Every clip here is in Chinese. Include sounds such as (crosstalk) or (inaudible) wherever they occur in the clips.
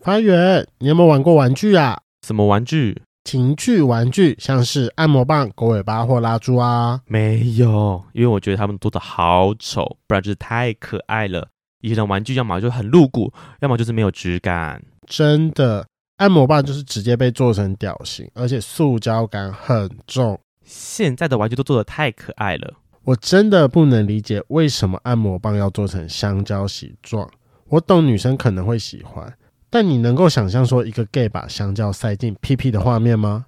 发源，你有没有玩过玩具啊？什么玩具？情趣玩具，像是按摩棒、狗尾巴或蜡烛啊。没有，因为我觉得他们做的好丑，不然就是太可爱了。以前的玩具要么就很露骨，要么就是没有质感。真的，按摩棒就是直接被做成屌型，而且塑胶感很重。现在的玩具都做的太可爱了。我真的不能理解为什么按摩棒要做成香蕉形状。我懂女生可能会喜欢，但你能够想象说一个 gay 把香蕉塞进屁屁的画面吗？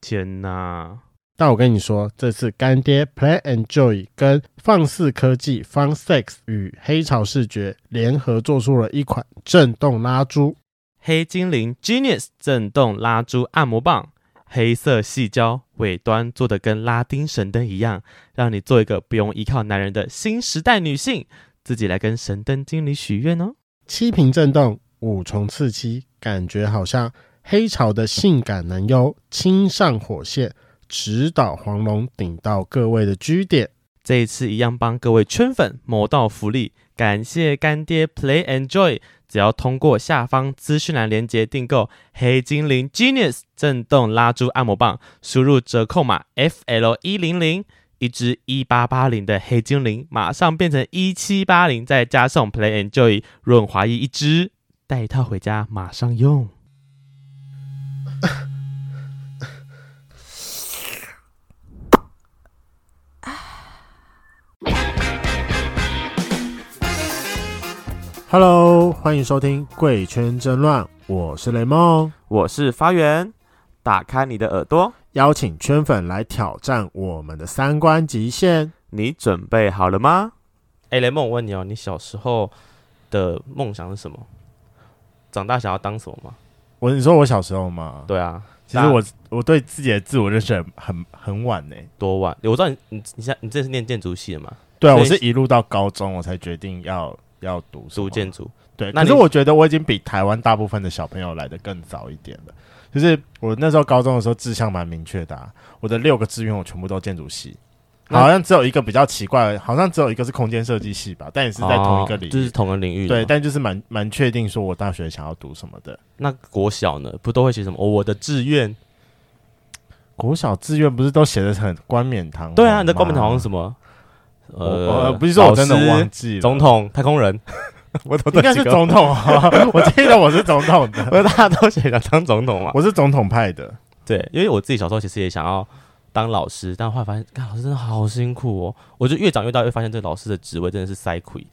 天哪！但我跟你说，这次干爹 Play and Joy 跟放肆科技 Fun Sex 与黑潮视觉联合做出了一款震动拉珠，黑精灵 Genius 震动拉珠按摩棒，黑色细胶尾端做的跟拉丁神灯一样，让你做一个不用依靠男人的新时代女性，自己来跟神灯精灵许愿哦。七频震动，五重刺激，感觉好像黑潮的性感男优亲上火线，直捣黄龙，顶到各位的居点。这一次一样帮各位圈粉谋到福利，感谢干爹 Play Enjoy。只要通过下方资讯栏连接订购黑精灵 Genius 震动拉珠按摩棒，输入折扣码 FL 一零零，一支一八八零的黑精灵马上变成一七八零，再加上 Play Enjoy 润滑液一支，带一套回家马上用。 Hello，欢迎收听《贵圈争乱》，我是雷梦，我是发源，打开你的耳朵，邀请圈粉来挑战我们的三观极限。你准备好了吗？哎、雷梦，我问你哦，你小时候的梦想是什么？长大想要当什么吗？我你说我小时候吗？对啊，其实我我对自己的自我认识很很很晚呢、多晚？我知道你你你现在你这是念建筑系的嘛？对啊，所以我是一路到高中我才决定要要读什读么建筑，对，那可是你我觉得我已经比台湾大部分的小朋友来的更早一点了。就是我那时候高中的时候志向蛮明确的、啊，我的六个志愿我全部都建筑系，那好像只有一个比较奇怪，好像只有一个是空间设计系吧，但也是在同一个领域。哦就是同个领域的嘛。对，但就是蛮蛮确定说我大学想要读什么的。那国小呢，不都会写什么、哦我的志愿？国小志愿不是都写的很冠冕堂皇吗？对啊，你的冠冕堂皇是什么？我呃，不是说我真的老忘师记了，总统、太 (laughs) 空人， (laughs) 我都应该是总统 (laughs) 啊，我记得 (laughs) 我是总统的，大家都写想当总统嘛。啊我是总统派的。对，因为我自己小时候其实也想要当老师，但后来发现，干老师真的好辛苦哦。我就越长越大，越发现这个老师的职位真的是塞亏。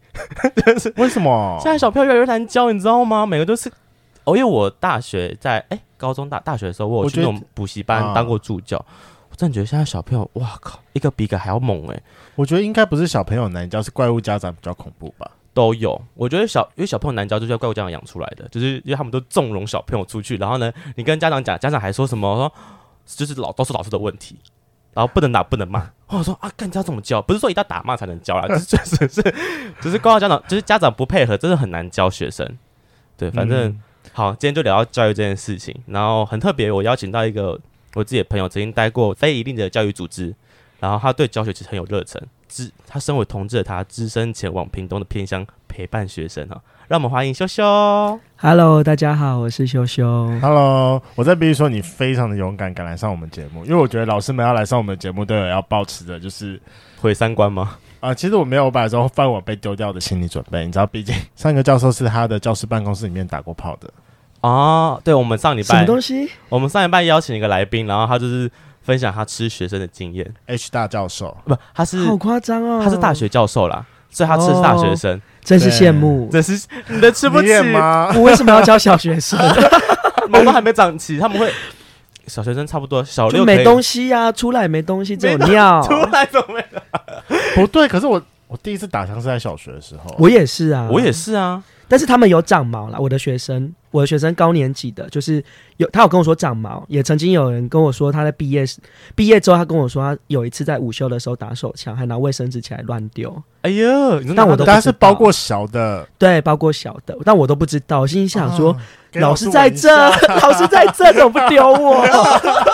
为什么现？在小朋友越来越难教，你知道吗？每个都是，哦，因为我大学在哎、高中大大学的时候，我有我去那觉得种补习班啊当过助教。我真的觉得现在小朋友，哇靠，一个比一个还要猛哎、我觉得应该不是小朋友难教，是怪物家长比较恐怖吧。都有。我觉得小因为小朋友难教，就是要怪我家长养出来的，就是因为他们都纵容小朋友出去，然后呢，你跟家长讲，家长还说什么说就是老都是老师的问题，然后不能打不能骂。我说啊，干这要怎么教？不是说一定要打骂才能教啦，就是就是是，就是告诉家长，就是家长不配合，真的很难教学生。对，反正、嗯好，今天就聊到教育这件事情。然后很特别，我邀请到一个我自己的朋友，曾经待过非营利的教育组织，然后他对教学其实很有热忱。只他身为同志的他，只身前往屏东的偏乡陪伴学生哈、让我们欢迎羞羞。 Hello，大家好，我是修修。 Hello，我在必须说你非常的勇敢，敢来上我们节目，因为我觉得老师们要来上我们的节目，都有要保持着就是毁三观吗？啊、其实我没有，我本来说犯我被丢掉的心理准备，你知道，毕竟上一个教授是他的教师办公室里面打过炮的，哦，对，我们上礼什么拜东西？我们上礼拜邀请一个来宾，然后他就是分享他吃学生的经验， H 大教授，不，他是好夸张哦！他是大，学教授啦，所以他吃的是大学生，真是羡慕。这是哦你的吃不你起也吗？ (laughs) 我为什么要教小学生？毛都还没长齐，他们会小学生差不多小就 (laughs) 六 (laughs) 没西东西哦呀、出来没东西，只有 (laughs) 尿。出来怎么没？不对，可是我我第一次打枪是在小学的时候，我也是啊，我也，是啊，但是他们有长毛啦。我的学生，我的学生高年级的，就是有他有跟我说长毛，也曾经有人跟我说他在毕业时毕业之后，他跟我说他有一次在午休的时候打手枪，还拿卫生纸起来乱丢。 (laughs) 哎呦，你说但我都不知道但是包括小的，对，包括小的，但我都不知道。我心里想说，哦啊老师在这， (laughs) 老师在这，怎么不丢我？ (laughs)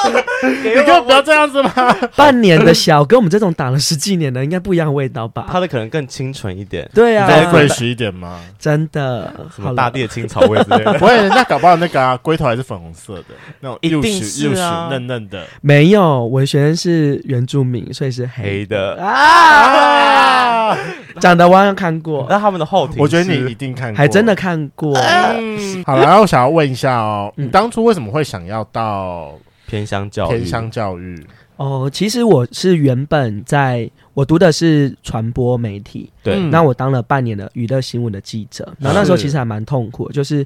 你可以不要这样子吗？半年的小，跟我们这种打了十几年的应该不一样的味道吧？他的可能更清纯一点，对你再啊， (laughs) fresh 一点吗？真的，什好么大了，地的青草味之 (laughs) 类的。不会，人家搞不好那个啊，龟头还是粉红色的，那种一定又许又是许啊嫩嫩的，没有，我的学生是原住民，所以是黑黑 (laughs) 的，啊，长得我好像看过，那他们的后庭是，我觉得你一定看过，还真的看过，嗯。好了，然后我想要问一下哦，嗯你当初为什么会想要到偏乡教育，偏乡教育？哦，其实我是原本在我读的是传播媒体，对嗯那我当了半年的娱乐新闻的记者，然后那时候其实还蛮痛苦的，就是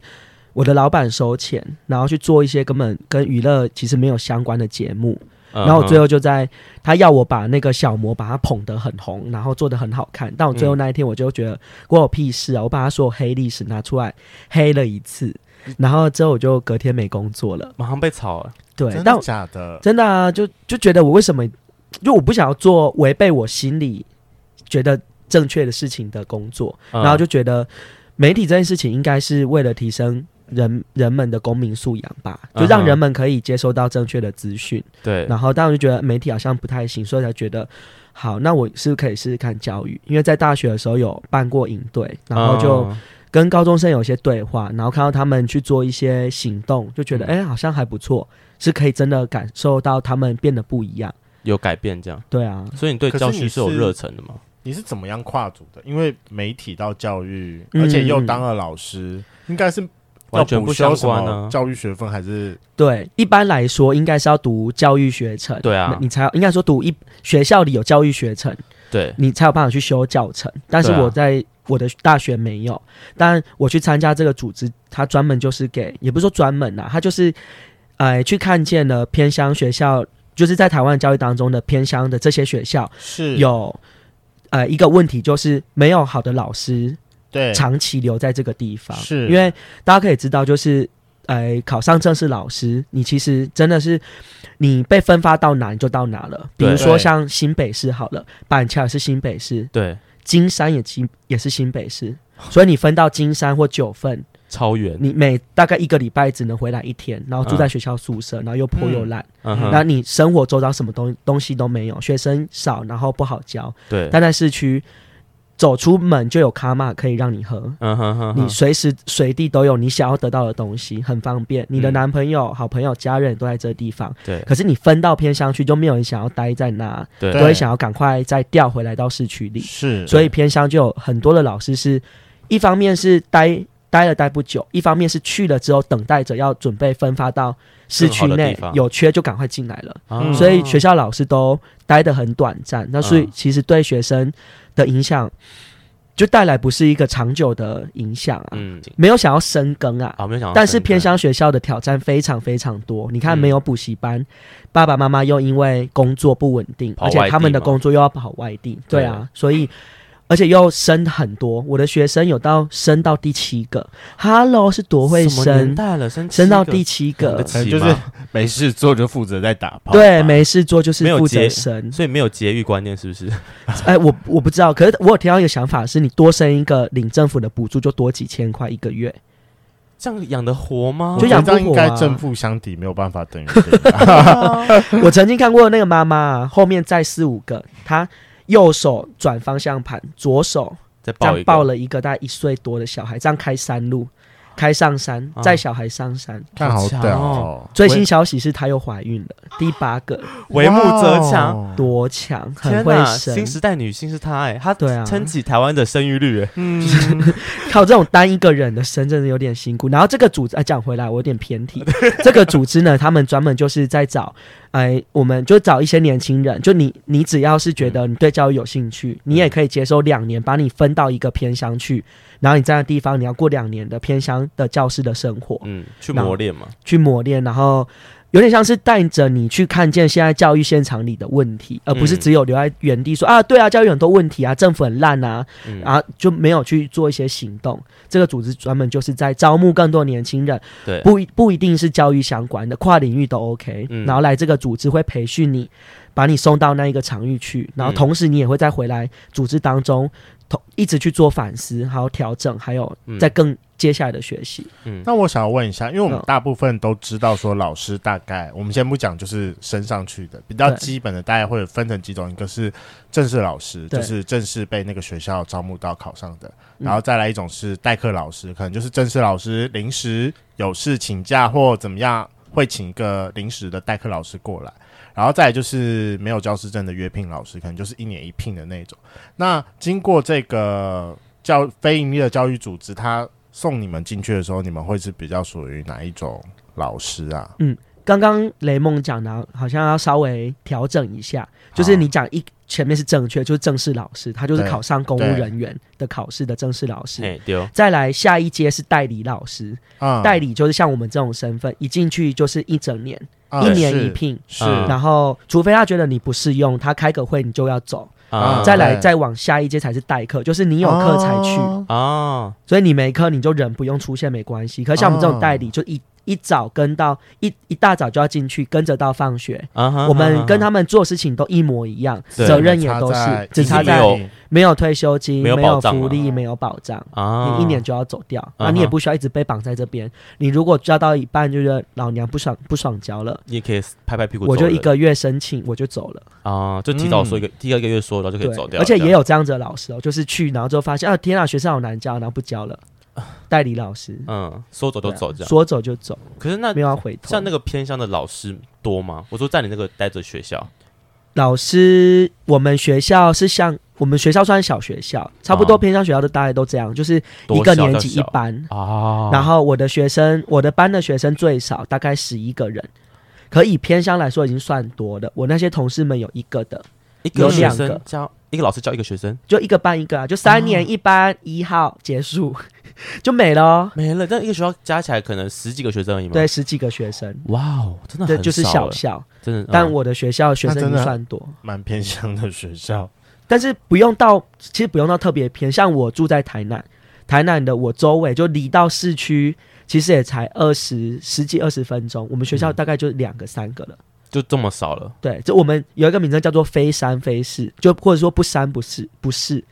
我的老板收钱，然后去做一些根本跟娱乐其实没有相关的节目，嗯然后我最后就在他要我把那个小魔把它捧得很红，然后做得很好看，但我最后那一天我就觉得关我屁事啊！我把他所有黑历史拿出来黑了一次，嗯然后之后我就隔天没工作了。马上被炒了，对，真但的假的？真的啊，就就觉得我为什么，就我不想要做违背我心里觉得正确的事情的工作，嗯然后就觉得媒体这件事情应该是为了提升人人们的公民素养吧，就嗯让哼人们可以接收到正确的资讯。对，然后当时就觉得媒体好像不太行，所以才觉得好，那我是不是可以试试看教育？因为在大学的时候有办过营队，然后就嗯跟高中生有一些对话，然后看到他们去做一些行动，就觉得嗯哎、诶好像还不错，是可以真的感受到他们变得不一样。有改变这样，对啊，所以你对可是教你学是有是热忱的吗？你是怎么样跨足的？因为媒体到教育，嗯而且又当了老师，应该是要完全不补修相什关么啊呢。教育学分还是对，一般来说应该是要读教育学程，对啊你才应该说读一学校里有教育学程，对，你才有办法去修教程。但是对啊我在我的大学没有，但我去参加这个组织，它专门就是给，也不是说专门啊，它就是，呃，去看见了偏乡学校，就是在台湾教育当中的偏乡的这些学校是有。呃，一个问题就是没有好的老师对长期留在这个地方，是因为大家可以知道，就是呃，考上正式老师，你其实真的是你被分发到哪你就到哪了。比对如说对像新北市好了，板桥也是新北市，对，金山也新也是新北市，所以你分到金山或九份，超远，你每大概一个礼拜只能回来一天，然后住在学校宿舍，然后又破又烂，嗯然后哼，你生活周遭什么东东西都没有，学生少，然后不好教，对，但在市区走出门就有卡玛可以让你喝，嗯哼哼你哼，随时随地都有你想要得到的东西，很方便。你的嗯男朋友、好朋友、家人都在这地方，对可是你分到偏乡去，就没有人想要待在那，都对会想要赶快再调回来到市区里。是，所以偏乡就有很多的老师是，一方面是待待了待不久，一方面是去了之后等待着要准备分发到市区更好的地内方有缺就赶快进来了。啊所以学校老师都待得很短暂，那所以嗯其实对学生的影响就带来不是一个长久的影响啊，嗯，没有想要深耕啊。啊，没有想到但是深偏耕乡学校的挑战非常非常多，你看嗯没有补习班，爸爸妈妈又因为工作不稳定，跑而且外他们地的嘛工作又要跑外地，对啊，对所以而且又生很多，我的学生有到生到第七个，Hello 是多会什么年生，代了，生生到七个第七我的个，可能起就是嘛没事做就负责在打炮，对，没事做就是没有负责接生，所以没有节育观念，是不是？哎，我我不知道，可是我有听到一个想法，是你多生一个领政府的补助，就多几千块一个月。 (laughs) 这样养得活吗？就养不这样应该活啊正负相抵，没有办法等 (laughs) 于零啊我曾经看过那个妈妈，后面再四五个，她右手转方向盘，左手再这抱一样个抱了一个大概一岁多的小孩，这样开山路，开上山，啊载小孩上山。看好强屌哦哦！最新消息是她又怀孕了，第八个，为母则强。哇哦，多强，很天会呐，生新，时代女性是她哎、她对啊撑起台湾的生育率、哎嗯， (laughs) 靠这种单一个人的生真的有点辛苦。然后这个组织，哎、讲回来我有点偏 (laughs) 题。这个组织呢，他们专门就是在找，哎、我们就找一些年轻人，就你你只要是觉嗯得你对教育有兴趣，你也可以接受两年，把你分到一个偏乡去，然后你在那地方你要过两年的偏乡的教师的生活，嗯，去那磨练嘛，去磨练，然后。有点像是带着你去看见现在教育现场里的问题，而不是嗯只有留在原地说、啊，对啊，教育有很多问题啊，政府很烂啊，嗯然后就没有去做一些行动。这个组织专门就是在招募更多年轻人，对，不一不一定是教育相关的，跨领域都 OK、嗯然后来这个组织会培训你，把你送到那一个场域去，然后嗯同时你也会再回来组织当中，同一直去做反思，还有调整，还有嗯在更接下来的学习。嗯，那我想要问一下，因为我们嗯大部分都知道说老师大概，我们先不讲就是升上去的，比较对基本的大概会有分成几种，一个是正式老师，对就是正式被那个学校招募到考上的，嗯然后再来一种是代课老师，可能就是正式老师临时有事请假或怎么样，会请一个临时的代课老师过来。然后再来就是没有教师证的约聘老师，可能就是一年一聘的那种。那经过这个教非盈利的教育组织，他送你们进去的时候，你们会是比较属于哪一种老师啊？刚刚雷梦讲的，好像要稍微调整一下，就是啊好你讲一前面是正确，就是正式老师，他就是对考上公务对人员的考试的正式老师。嘿哎丢，再来下一阶是代理老师，啊代理就是像我们这种身份，一进去就是一整年，啊一年是一聘。是嗯然后，除非他觉得你不适用，他开个会你就要走，啊，再来对再往下一阶才是代课，就是你有课才去，哦哦，所以你没课你就人不用出现没关系。可是像我们这种代理，就一一早跟到一一大早就要进去，跟着到放学，啊哈我们跟哈他们做事情都一模一样，对责任也都是，只差差在在没有退休金、没有没保有障福啊利、没有保障。哈啊，你一年就要走掉，嗯那、你也不需要一直被绑在这边。你如果交到一半，就是老娘不爽不爽交了，你也可以拍拍屁股走我人，就一个月申请我就走了。啊，就提早说一个，第二个月说，然后就可以走掉，而且也有有这样子的老师哦，就是去然后就发现啊，天啊，学生好难教，然后不 (laughs) 教了，代理老师嗯，说走就对啊走这样。说走就走，可是那没有要回头。像那个偏乡的老师多吗？我说在你那个待着学校，老师，我们学校是像我们学校算小学校，差不多哦偏向学校都大概都这样，就是多一个小年到级小一班，啊，然后我的学生，我的班的学生最少大概十一个人，可以偏乡来说已经算多了。我那些同事们有一个的，一个有学两生个教一个老师教一个学生就一个班一个啊，就三年一班一号结束 (laughs) 就没了哦。没了，但一个学校加起来可能十几个学生而已嘛。对，，十几个学生，哇哦，真的对，很就是少欸小校，真的。但嗯我的学校学生那真已的经算多，蛮偏向的学校。但是不用到，其实不用到特别偏，像我住在台南，台南的我周围就离到市区。其实也才二十十几二十分钟，我们学校大概就两个三个了。就这么少了，对，就我们有一个名称叫做“非山非市”，就或者说不山不市，不是，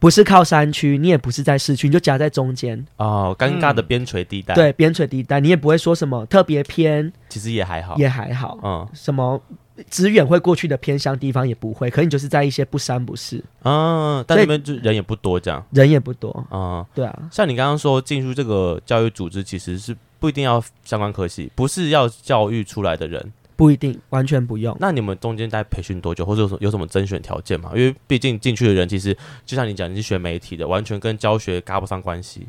不是靠山区，你也不是在市区，你就夹在中间，哦，尴尬的边陲地带，，对，边陲地带，你也不会说什么特别偏，其实也还好，也还好，嗯什么只远会过去的偏乡地方也不会，可你就是在一些不山不市，嗯，但所那以边就人也不多，这样，人也不多，嗯，对啊，像你刚刚说进入这个教育组织，其实是不一定要相关科系，不是要教育出来的人。不一定，完全不用。那你们中间大概培训多久，或者有什有什么甄选条件吗？因为毕竟进去的人，其实就像你讲，你是学媒体的，完全跟教学搭不上关系。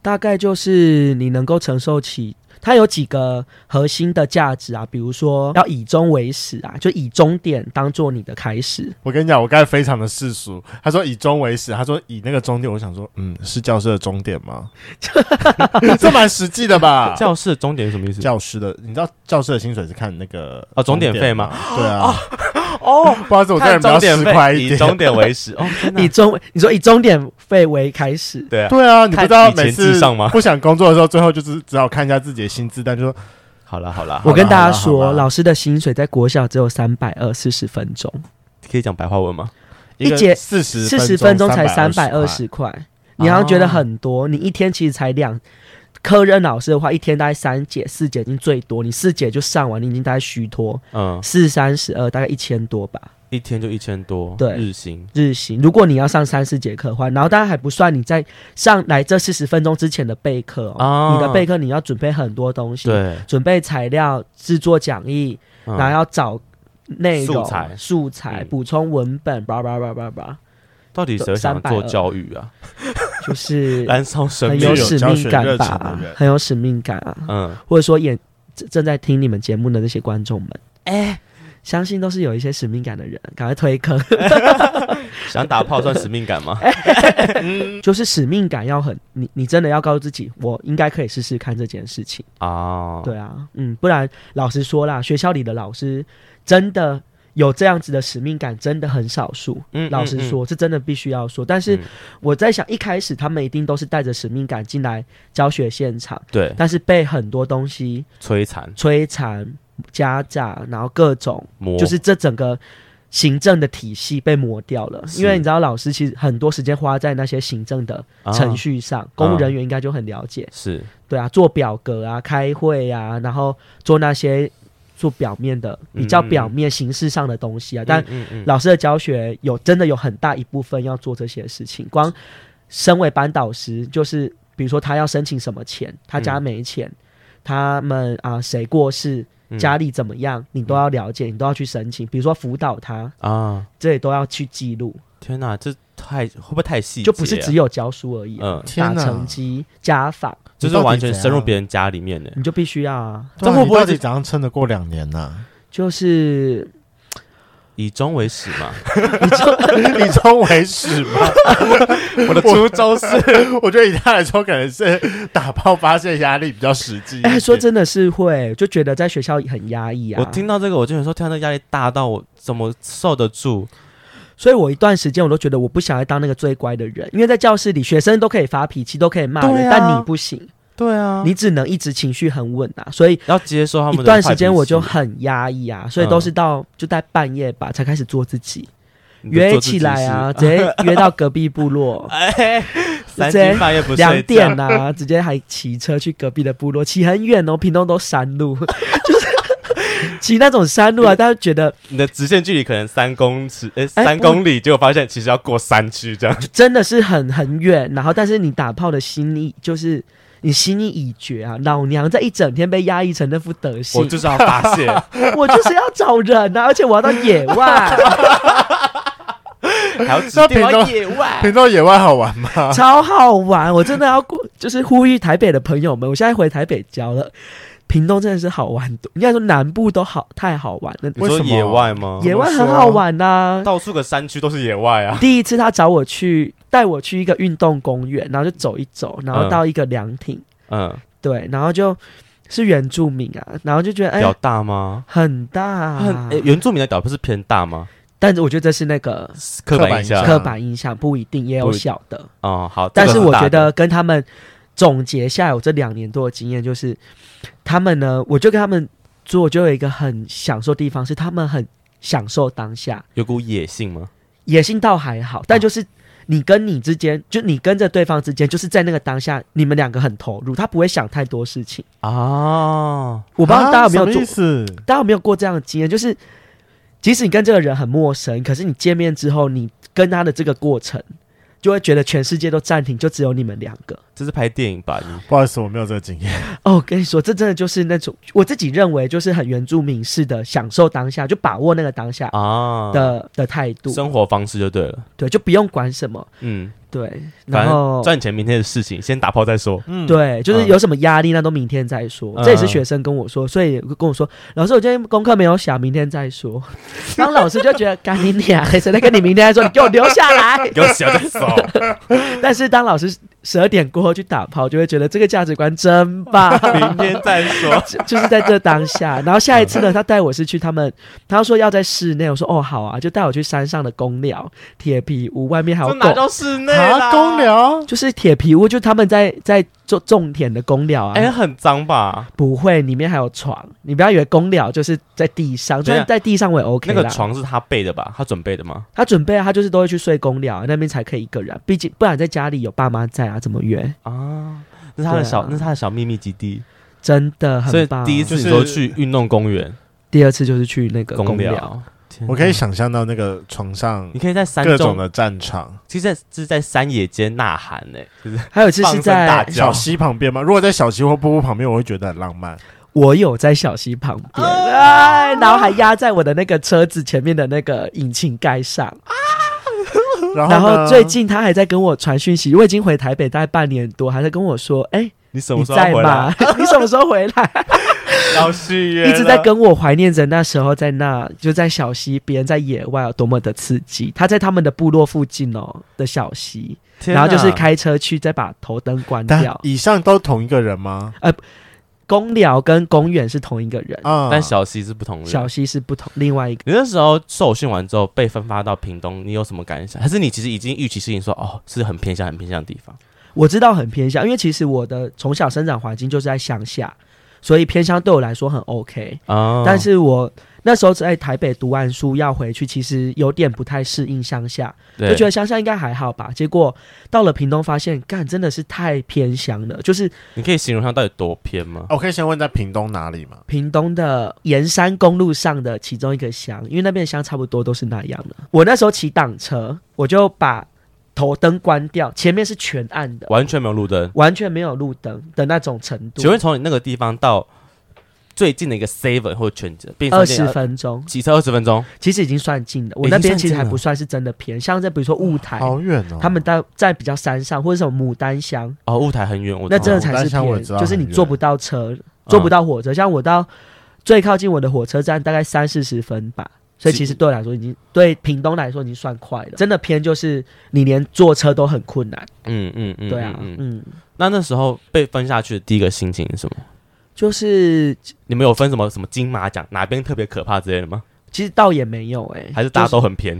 大概就是你能够承受起。它有几个核心的价值啊，比如说要以终为始啊，就以终点当做你的开始，我跟你讲，我刚才非常的世俗。他说以终为始，他说以那个终点，我想说，嗯，是教师的终点 (laughs) 吗？这蛮实际的吧？教室的终点是什么意思？教师的，你知道教师的薪水是看那个哦钟点费吗？对 (laughs) 啊，哦，不好意思，我这人看比较终点实快费一以点。终点为始。哦，天 (laughs) 哪以终你说以终点费为开始，对啊，对啊，你不知道看每以前次至上吗不想工作的时候，最后就是只好看一下自己的薪资单，就说好啦好啦，我跟大家好啦好说，啦老师的薪水在国小只有三百二四十分钟，可以讲白话文吗？一节四十四十分钟才三三百二十，十块，你好像觉得很多，你一天其实才两。科任老师的话，一天大概三节四节已经最多，你四节就上完，你已经大概虚脱嗯，四三十二，大概一千多吧一天就一千多，对日薪日薪。如果你要上三四节课的话，然后当然还不算你在上来这四十分钟之前的备课、哦，啊你的备课你要准备很多东西，对，准备材料、制作讲义，然后嗯，要找内容、素材素材嗯补充文本，叭叭叭叭叭，到底谁会想要做教育啊？(laughs) 就是燃烧生很命有有，使教命学感热情吧的人，很有使命感啊，嗯，或者说演正正在听你们节目的这些观众们，哎。相信都是有一些使命感的人，赶快推坑，嗯想打炮算使命感吗？ (laughs) 哎就是使命感要很，你你真的要告诉自己，我应该可以试试看这件事情。啊，对啊，嗯，不然老实说啦，学校里的老师真的有这样子的使命感，真的很少数。嗯老实，说，是真的必须要说。但是嗯我在想，一开始他们一定都是带着使命感进来教学现场，对，但是被很多东西摧残，摧残、加价，然后各种磨就是这整个行政的体系被磨掉了，是因为你知道老师其实很多时间花在那些行政的程、啊序上，公务人员应该就很了解，是对啊，做表格啊、开会啊，然后做那些做表面的嗯比较表面形式上的东西啊，但嗯嗯嗯老师的教学有真的有很大一部分要做这些事情。光身为班导师，就是比如说他要申请什么钱，他家没钱，他们啊谁、过世，嗯家里怎么样，你都要了解，你都要去申请。比如说辅导他，啊，这也都要去记录，天哪，这太会不会太细、啊？就不是只有教书而已。啊嗯，天打哪成绩、家访，就你是到底完全深入怎样别人家里面呢。你就必须要啊，对啊这会你不会到底是怎样撑得过两年啊呢、就是以终为始 (laughs) 嘛。 (laughs) 以终为始嘛。我的初衷是，我觉得以他来说，可能是打炮发泄压力比较实际一哎、点。说真的是会，就觉得在学校很压抑啊。我听到这个，我就想说，天哪，这压力大到我怎么受得住？所以我一段时间我都觉得我不想要当那个最乖的人，因为在教室里学生都可以发脾气，都可以骂对人，啊但你不行，对啊，你只能一直情绪很稳啊。所以要接受他们一的段坏时脾间我就气很压抑啊，所以都是到就在半夜吧才开始做自己，你就约做自己起来 (laughs) 啊，事直接约到隔壁部落。哎，三直接更半 (laughs) 夜不睡觉两点啊，直接还骑车去隔壁的部落，骑很远哦，屏东都山路， (laughs) 就是 (laughs) 骑那种山路啊，大家觉得你的直线距离可能三公尺，哎、哎三不公里，结果发现其实要过山区这样。真的是很很远，然后但是你打炮的心意就是你心意已决啊！老娘这一整天被压抑成那副德我行，就是要发 (laughs) 泄，我就是要找人啊，而且我要到野外，还要指那定屏要东野外。平到野外好玩吗？超好玩！我真的要过，就是呼吁台北的朋友们，我现在回台北教了，屏东真的是好玩多，应该说南部都好太好玩了，你说为什么野外吗？野外很好玩呐、到处个山区都是野外啊。第一次他找我去，带我去一个运动公园，然后就走一走，然后到一个凉亭，嗯，对，然后就是原住民啊，然后就觉得哎。嗯屌大吗？很大，很、呃哎原住民的屌不是偏大吗？但是我觉得这是那个刻刻板板印印象象。刻板印象，不一定也有不一小的。哦，好。但这是个我大觉的得跟他们总结下来，我这两年多的经验就是，他们呢，我就跟他们做，就有一个很享受的地方是他们很享受当下，有股野性吗？野性倒还哦好，但就是。你跟你之间，就你跟着对方之间，就是在那个当下，你们两个很投入，他不会想太多事情。啊，我不知道大家有没有啊什么做意思？大家有没有过这样的经验？就是即使你跟这个人很陌生，可是你见面之后，你跟他的这个过程，就会觉得全世界都暂停，就只有你们两个。这是拍电影吧？你不好意思，我没有这个经验。哦，我跟你说，这真的就是那种我自己认为就是很原住民式的享受当下，就把握那个当下啊的、的态度，生活方式就对了。对，就不用管什么，嗯，对，反然正后。赚钱明天的事情，先打炮再说。嗯，对，就是嗯有什么压力，那都明天再说。这也是学生跟我说，所以跟我说，老师，我今天功课没有写，明天再说。 (laughs) 然后老师就觉得，干你娘，谁在跟你明天再说？你 (laughs) 给我留下来。给我洗了再说。但是当老师十二点过后去打炮，就会觉得这个价值观真 (laughs) 棒，明天再 (laughs) 说。就就是在这当下。然后下一次呢，他带我是去他们，他说要在室内，我说哦好啊，就带我去山上的公寮铁皮屋，外面还有这哪狗，叫室内啦？啊，公聊就是铁皮屋，就他们在在种种田的公寮啊，哎、很脏吧？不会，里面还有床，你不要以为公寮就是在地上，就等一下算在地上我也 OK 啊那啦。个床是他备的吧？他准备的吗？他准备啊，他就是都会去睡公寮啊那边才可以一个人，毕竟不然在家里有爸妈在啊，怎么约？啊，那是他的对啊小，那是他的小秘密基地。真的所以很棒。第一次就你是都去运动公园、第二次就是去那个呃公公寮，聊，天哪我可以，想象到那个床上你可以在山各种中，的战场。其实在就是在山野间呐喊欸呢、就是还有一次是放声大在叫小溪旁边吗？如果在小溪或瀑布旁边，我会觉得很浪漫。我有在小溪旁边，啊哎，然后还压在我的那个车子前面的那个引擎盖上。然后然呢后最近他还在跟我传讯息，我已经回台北大概半年多，还在跟我说，哎，你什你么时候要在回来吗？？ (laughs) 你什么时候回来？要续约了， (laughs) 一直在跟我怀念着那时候在那就在小溪边在野外有多么的刺激。他在他们的部落附近哦的小溪，天然哪，后就是开车去，再把头灯关但掉。以上都同一个人吗？公寮跟公园是同一个人，啊，但小溪是不同人。小溪是不同另外一个。你那时候受训完之后被分发到屏东，你有什么感想？还是你其实已经预期事情说哦是很偏向很偏向的地方？我知道很偏向，因为其实我的从小生长环境就是在乡下，所以偏乡对我来说很 OK。哦，但是我那时候在台北读完书要回去，其实有点不太适应乡下，对就觉得乡下应该还好吧。结果到了屏东，发现干真的是太偏乡了，就是你可以形容它到底多偏吗？我可以先问在屏东哪里吗？屏东的盐山公路上的其中一个乡，因为那边的乡差不多都是那样的。我那时候骑挡车，我就把头灯关掉，前面是全暗的，完全没有路灯。完全没有路灯的那种程请度，问从你那个地方到最近的一个 Seven 或全家便利二商店十要分钟，骑车二十分钟，其实已经算近了。我已经那边算其实近还了不算是真的偏，像在比如说雾台，好远哦，哎他们在在比较山上或者什么牡丹乡，哦，雾台很远，我那知道真的才是牡丹乡我偏，也知道就是你很远坐不到车，坐不到火车。像我到最靠近我的火车站大概三四十分吧，所以是其实对我来说已经对屏东来说已经算快了。真的偏就是你连坐车都很困难，嗯嗯嗯，对啊，嗯嗯嗯那那时候被分下去的第一个心情是什么？就是你们有分什么什么金马奖哪边特别可怕之类的吗？其实倒也没有哎、还是大家就是都很偏？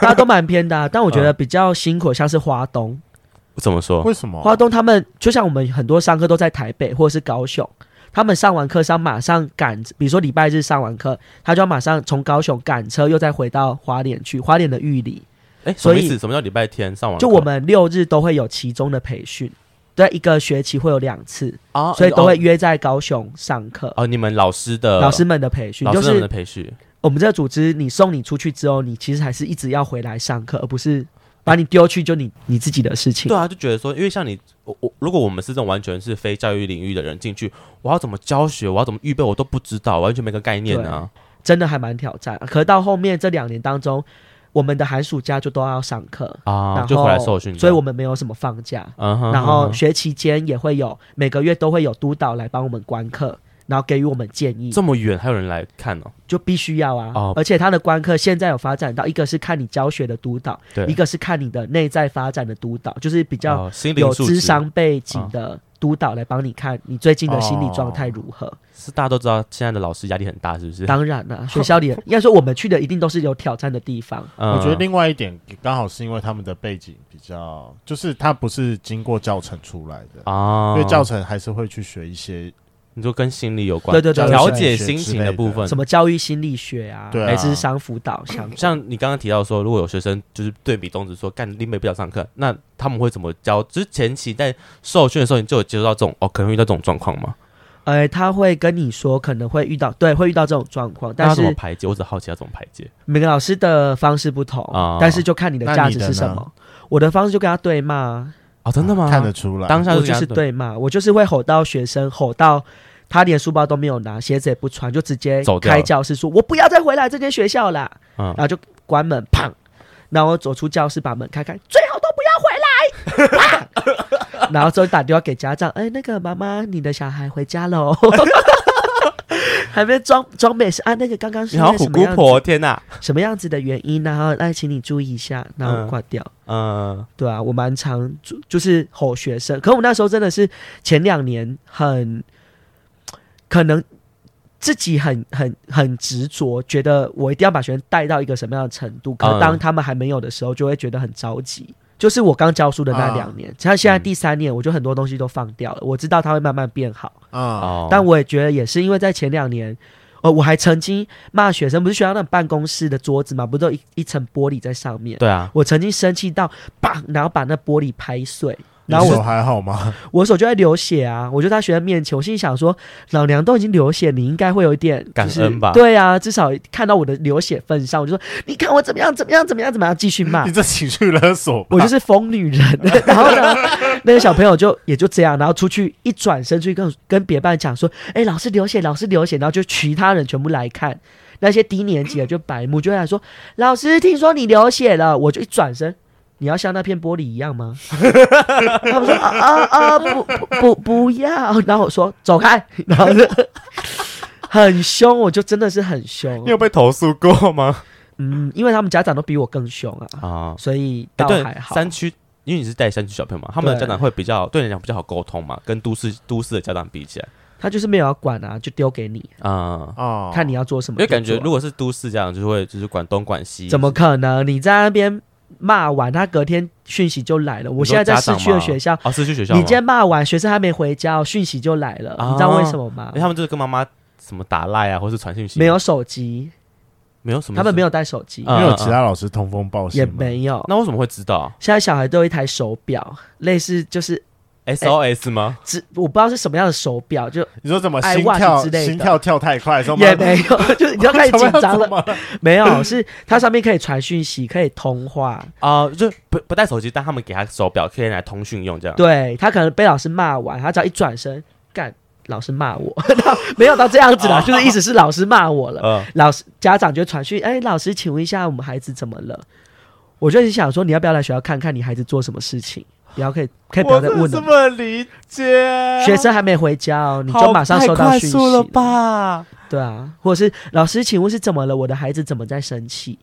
大家都蛮偏的啊、但我觉得比较辛苦的像是花东， (laughs) 怎么说？为什么？花东他们就像我们很多上课都在台北或者是高雄，他们上完课上马上赶，比如说礼拜日上完课，他就要马上从高雄赶车，又再回到花莲去，花莲的玉里。哎，什所么以意思？什么叫礼拜天上网课？就我们六日都会有其中的培训，对，一个学期会有两次，啊，所以都会哦约在高雄上课。哦，你们老师的老师们的培训老就师们的是培训，我们这个组织，你送你出去之后，你其实还是一直要回来上课，而不是把你丢去就你你自己的事情。对啊，就觉得说，因为像你，我我如果我们是这种完全是非教育领域的人进去，我要怎么教学，我要怎么预备，我都不知道，完全没个概念啊。真的还蛮挑战。可到后面这两年当中，我们的寒暑假就都要上课，然啊，后就回来受训这样，所以我们没有什么放假。嗯哼，然嗯后哼学期间也会有每个月都会有督导来帮我们观课，然后给予我们建议，这么远还有人来看哦，就必须要啊。哦而且他的观课现在有发展到，一个是看你教学的督导，对一个是看你的内在发展的督导，就是比较哦心灵有素质哦智商背景的督导来帮你看你最近的心理状态如何。是大家都知道，现在的老师压力很大，是不是？当然了、学校里 (laughs) 应该说我们去的一定都是有挑战的地方。嗯我觉得另外一点刚好是因为他们的背景比较，就是他不是经过教程出来哦的，啊，因为教程还是会去学一些你说跟心理有关，对对教对，育调对节心情的部分什。么教育心理学啊，对啊还是商辅导相关。像你刚刚提到说，如果有学生就是对比宗旨说干你妹不想上课，那他们会怎么教？就是前期在受训的时候，你就有接触到这种哦，可能会遇到这种状况吗？呃，他会跟你说可能会遇到，对，会遇到这种状况，那但要怎么是排解？我只好奇要怎么排解。每个老师的方式不同，啊但是就看你的那价你值的是什呢么。我的方式就跟他对骂啊，哦，真的吗？看得出来。当下我就是是对，对骂，我就是会吼到学生，吼到他连书包都没有拿，鞋子也不穿，就直接走掉了开教室说：“我不要再回来这间学校啦！”嗯然，后就关门，砰，然后走出教室把门开开，最好都不要回来，啪 (laughs) 然后之后打电话给家长，哎，那个妈妈，你的小孩回家喽。 (laughs) 还没装装美是啊，那个刚刚是你好因为虎什么姑样子婆，天哪！什么样子的原因，然后哎来请你注意一下，然后挂掉。嗯，对啊，我蛮常就就是吼学生，可我那时候真的是前两年很可能自己很很很执着，觉得我一定要把学生带到一个什么样的程度。可嗯当他们还没有的时候，就会觉得很着急。就是我刚教书的那嗯两年，像现在第三年，我就很多东西都放掉了。我知道他会慢慢变好，啊，哦，但我也觉得也是因为在前两年。呃，我还曾经骂学生，不是学校那种办公室的桌子嘛，不是都一一层玻璃在上面？对啊，我曾经生气到砰，然后把那玻璃拍碎，你然后手我还好 (laughs) 吗？我手就在流血啊！我就在学生面前，我心里想说，老娘都已经流血，你应该会有一点、就感是、恩吧对啊，至少看到我的流血份上，我就说，你看我怎么样，怎么样，怎么样，怎么样，继续骂你。这情绪勒 (laughs) 索吧，我就是疯女人， (laughs) 然后呢，那个小朋友就也就这样，然后出去一转身去跟跟别班讲说，哎、老师流血，老师流血，然后就其他人全部来看，那些低年级的就白目，就会来说，老师听说你流血了，我就一转身，你要像那片玻璃一样吗？ (laughs) 他们说啊啊啊，不不不不要，然后我说走开，然后就 (laughs) 很凶，我就真的是很凶 (laughs) 你，有被投诉过 (laughs) 吗？嗯，因为他们家长都比我更凶啊，啊，所以哎倒对还，好。山区，因为你是带山区小朋友嘛，他们的对家长会比较对你来讲比较好沟通嘛，跟都市都市的家长比起来，他就是没有要管啊，就丢给你，啊，哦，看你要做什因么为就做。感觉如果是都市家长，就会就是管东管西，怎么可能？你在那边骂完，他隔天讯息就来了。我你说现在在家市长区的吗学校，哦，是去学校你吗，今天骂完，学生还没回家哦，讯息就来了。你知道为什么吗因为？他们就是跟妈妈什么打赖啊，或是传讯息，没有手机，没有什么，他们没有带手机，嗯没有其他老师通风报信也吗，没有。那为什么会知道现在小孩都有一台手表，类似就是？SOS 吗？只我不知道是什么样的手表，就你说怎么心 iWatch 跳之类的心跳跳太快，说也妈没有， (laughs) 就是你知道开始 (laughs) 怎么紧样张怎了，么了，没有，是它上面可以传讯息，可以通话。啊，就不不带手机，但他们给他手表，可以拿来通讯用这样。对他可能被老师骂完，他只要一转身，干老师骂我， (laughs) 没有到这样子哦啦，就是意思是老师骂我了。嗯，老师家长就传讯，哎，老师，请问一下我们孩子怎么了？我就很想说，你要不要来学校看看你孩子做什么事情？不要可以可以不要我再真问的这了。么理解。学生还没回家哦，你好就马上收到太快讯息速了吧？对啊，或者是老师，请问是怎么了？我的孩子怎么在生气？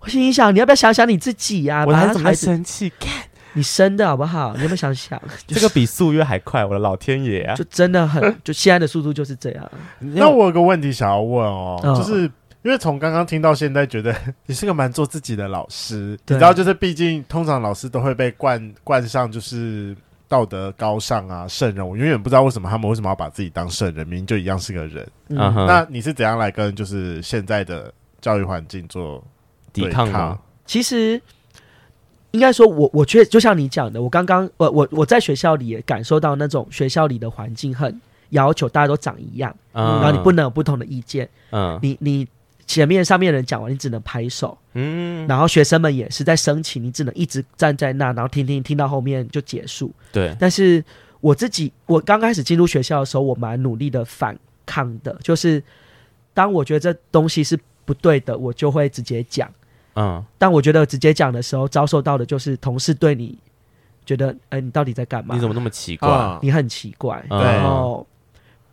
我心里想，你要不要想想你自己呀、我把还他怎么啊孩在子生 (laughs) 气？干你生的好不好？你有没有想想？这个比速约还快，我的老天爷啊！就真的很，就现在的速度就是这样。那我有个问题想要问哦，嗯就是因为从刚刚听到现在，觉得 (laughs) 你是个蛮做自己的老师，你对知道，就是毕竟通常老师都会被冠冠上就是。道德高尚啊，圣人，我永远不知道为什么他们为什么要把自己当圣人，明明就一样是个人。嗯，嗯哼，那你是怎样来跟就是现在的教育环境做抵对抗抗吗？其实应该说我，我觉得就像你讲的，我刚刚我我我在学校里也感受到那种学校里的环境很要求大家都长一样，嗯然后你不能有不同的意见。嗯你你前面上面的人讲完，你只能拍手，嗯，然后学生们也是在升旗，你只能一直站在那，然后听听听到后面就结束。对，但是我自己，我刚开始进入学校的时候，我蛮努力的反抗的，就是当我觉得这东西是不对的，我就会直接讲。嗯但我觉得直接讲的时候，遭受到的就是同事对你觉得，哎、你到底在干嘛？你怎么？么那么奇怪？啊？你很奇怪，嗯对然后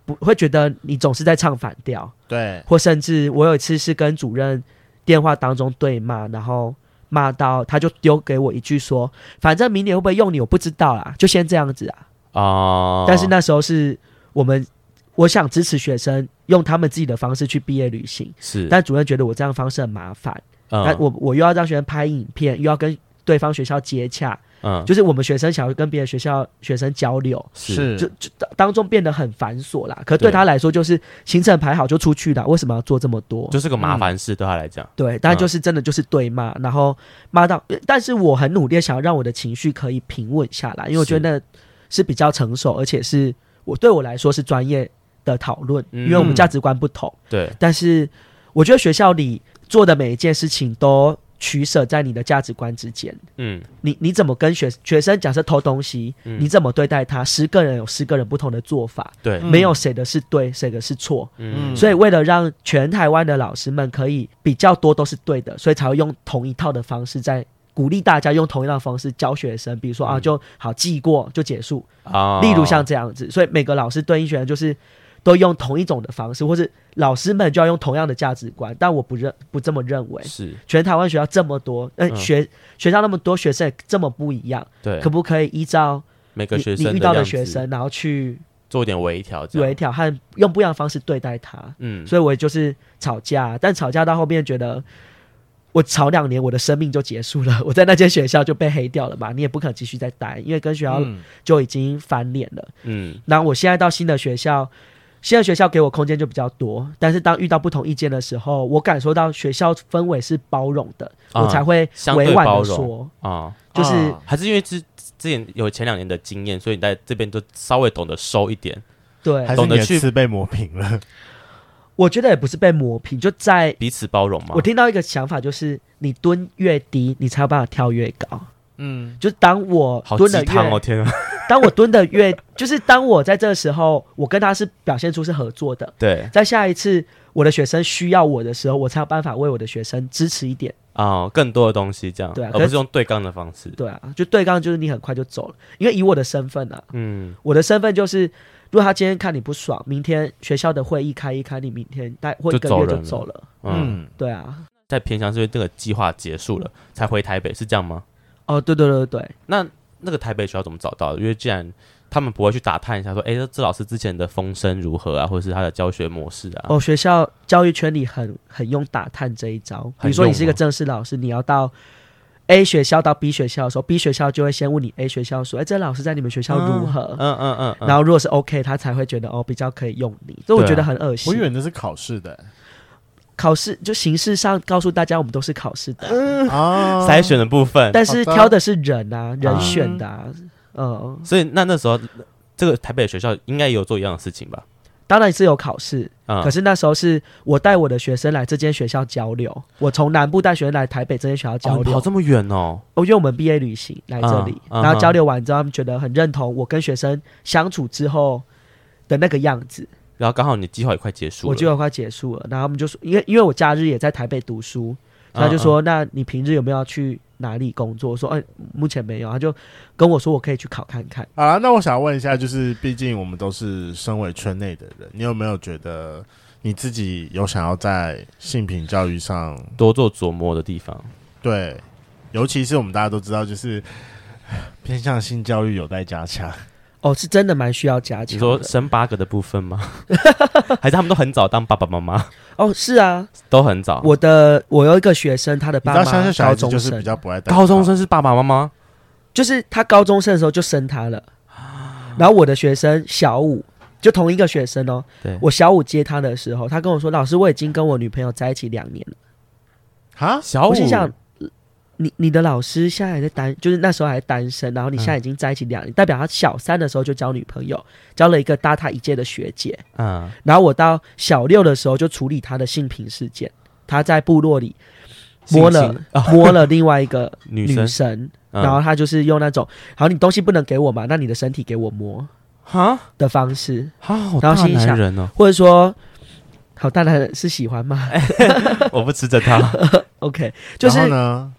不会觉得你总是在唱反调，对，或甚至我有一次是跟主任电话当中对骂，然后骂到他就丢给我一句说，反正明年会不会用你我不知道啦，就先这样子啊。哦，但是那时候是我们，我想支持学生用他们自己的方式去毕业旅行，是，但主任觉得我这样的方式很麻烦，那、嗯我我又要让学生拍影片，又要跟对方学校接洽，嗯就是我们学生想要跟别的学校学生交流，是就就当当中变得很繁琐啦。可对对他来说，就是行程排好就出去了，为什么要做这么多？就是个麻烦事，对他来讲，对，但嗯就是真的就是对骂，然后骂到，呃但是我很努力地想要让我的情绪可以平稳下来，因为我觉得那是比较成熟，而且是我对我来说是专业的讨论，嗯因为我们价值观不同。对，但是我觉得学校里做的每一件事情都取舍在你的价值观之间。嗯你你怎么跟学学生假设偷东西，嗯你怎么对待他？十个人有十个人不同的做法，对，嗯没有谁的是对，谁的是错。嗯，所以为了让全台湾的老师们可以比较多都是对的，所以才会用同一套的方式在。鼓励大家用同一套方式教学生，比如说啊，嗯就好记过就结束。啊，例如像这样子，所以每个老师对应学生就是都用同一种的方式，或是老师们就要用同样的价值观。但我不认不这么认为。是全台湾学校这么多，呃、嗯学学校那么多学生也这么不一样，对可，不可以依照每个你学你生遇到的的样学子生，然后去做点微调，这微样，调和用不一样的方式对待他？嗯，所以我就是吵架，但吵架到后面觉得我吵两年，我的生命就结束了，我 (laughs) 在那间学校就被黑掉了嘛，你也不可能继续再待，因为跟学校嗯就已经翻脸了。嗯然后我现在到新的学校，新的学校给我空间就比较多，但是当遇到不同意见的时候，我感受到学校氛围是包容的，啊我才会相对委婉包的容说，啊，就是、啊还是因为之之前有前两年的经验，所以你在这边都稍微懂得收一点，对还，是懂得你的去刺被磨平了，我觉得也不是被磨平，就在。彼此包容嘛我。听到一个想法，就是你蹲越低，你才有办法跳越高。嗯，就是当我好蹲鸡的越汤哦，天 (laughs) 啊！当我蹲的越，就是当我在这个时候，我跟他是表现出是合作的。对在下一次我的学生需要我的时候，我才有办法为我的学生支持一点，啊，更多的东西这样，对啊而可不是是用对杠的方式。对啊，就对刚就是你很快就走了，因为以我的身份啊，嗯，我的身份就是，如果他今天看你不爽，明天学校的会议开一开，你明天待或一个就走月人就了走了，嗯，嗯，对啊，在偏乡是因为这个计划结束了才回台北，是这样吗？哦，对对对对对，那那个台北学校怎么找到的？因为既然他们不会去打探一下，说，哎、这老师之前的风声如何啊，或者是他的教学模式啊？哦，学校教育圈里很很用打探这一招，比很如说你用是一个吗正式老师，你要到 A 学校到 B 学校的时候，B 学校就会先问你 A 学校说：“哎，这老师在你们学校如何嗯？”嗯嗯嗯，然后如果是 OK，他才会觉得哦比较可以用你。所以我觉得很恶我以心。为那是考试的考试就形式上告诉大家我们都是考试的，啊，筛选的部分，但是好的挑的是人啊，人选的、啊。嗯，所以那那时候这个台北的学校应该也有做一样的事情吧？当然是有考试，啊、可是那时候是我带我的学生来这间学校交流，我从南部带学生来台北这间学校交哦你流跑，这么远哦，哦，因为我们毕业旅行来这里，嗯嗯然后交流完之后，他们觉得很认同我跟学生相处之后的那个样子，然后刚好你计划也快结束了，我就要快结束了。然后他们就说，因为因为我假日也在台北读书，嗯他就说，那你平日有没有要去哪里工作？我说，哎、目前没有。他就跟我说，我可以去考看看。好了，那我想问一下，就是毕竟我们都是身为圈内的人，你有没有觉得你自己有想要在性平教育上嗯嗯多做琢磨的地方，对？尤其是我们大家都知道，就是 (sighs) 唉偏向性教育有待加强。哦，是真的蛮需要加你强说的。生八个的部分吗？ (laughs) 还是他们都很早当爸爸妈妈，哦，是啊，都很早？我的我有一个学生，他的哦你知爸道妈乡下小高孩子中就是生比，较不爱戴高中生是爸爸妈妈，就是他高中生的时候就生他了，啊然后我的学生小五。就同一个学生哦，对我小五接他的时候，他跟我说：“老师，我已经跟我女朋友在一起两年了。啊，小”五我心想，哦呃你你的老师现在还在单，就是那时候还单身，然后你现在嗯已经在一起两年，代表他小三的时候就交女朋友，交了一个大他一届的学姐。嗯，然后我到小六的时候就处理他的性平事件，他在部落里摸星了星哦啊摸了另外一个女女生，生，嗯然后他就是用那种“好，你东西不能给我嘛，那你的身体给我摸哈”的方式，哈，好大然后心男想人 (laughs) 哦，或者说“好大男人是喜 (laughs) 欢吗我不吃着他， ？”OK，就是然然后后呢，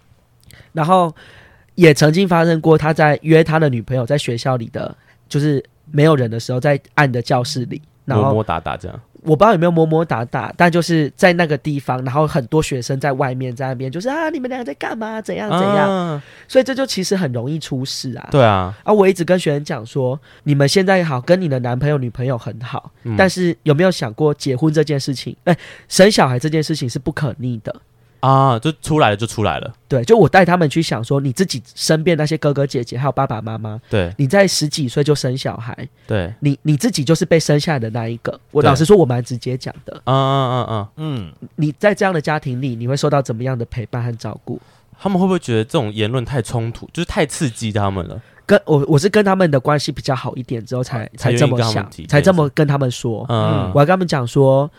也曾经发生过他在约他的女朋友在学校里的，就是没有人的时候，在暗的教室里， (laughs) 然嗯摸后摸打打这样，我不知道有没有摸摸打打，但就是在那个地方，然后很多学生在外面在那边就是啊，你们两个在干嘛？怎样怎样？啊所以这就其实很容易出事啊。对啊，啊，我一直跟学生讲说，你们现在好，跟你的男朋友、女朋友很好，嗯但是有没有想过结婚这件事情？哎、生小孩这件事情是不可逆的。啊，就出来了就出来了，对，就我带他们去想说，你自己身边那些哥哥姐姐还有爸爸妈妈，对你在十几岁就生小孩，对，你你自己就是被生下来的那一个。我对老实说，我蛮直接讲的。啊啊啊啊，嗯，你在这样的家庭里，你会受到怎么样的陪伴和照顾？他们会不会觉得这种言论太冲突，就是太刺激他们了？跟我我是跟他们的关系比较好一点之后才哦才才愿意这么跟他们想提，才这件这么跟他们说。嗯，我还跟他们讲说，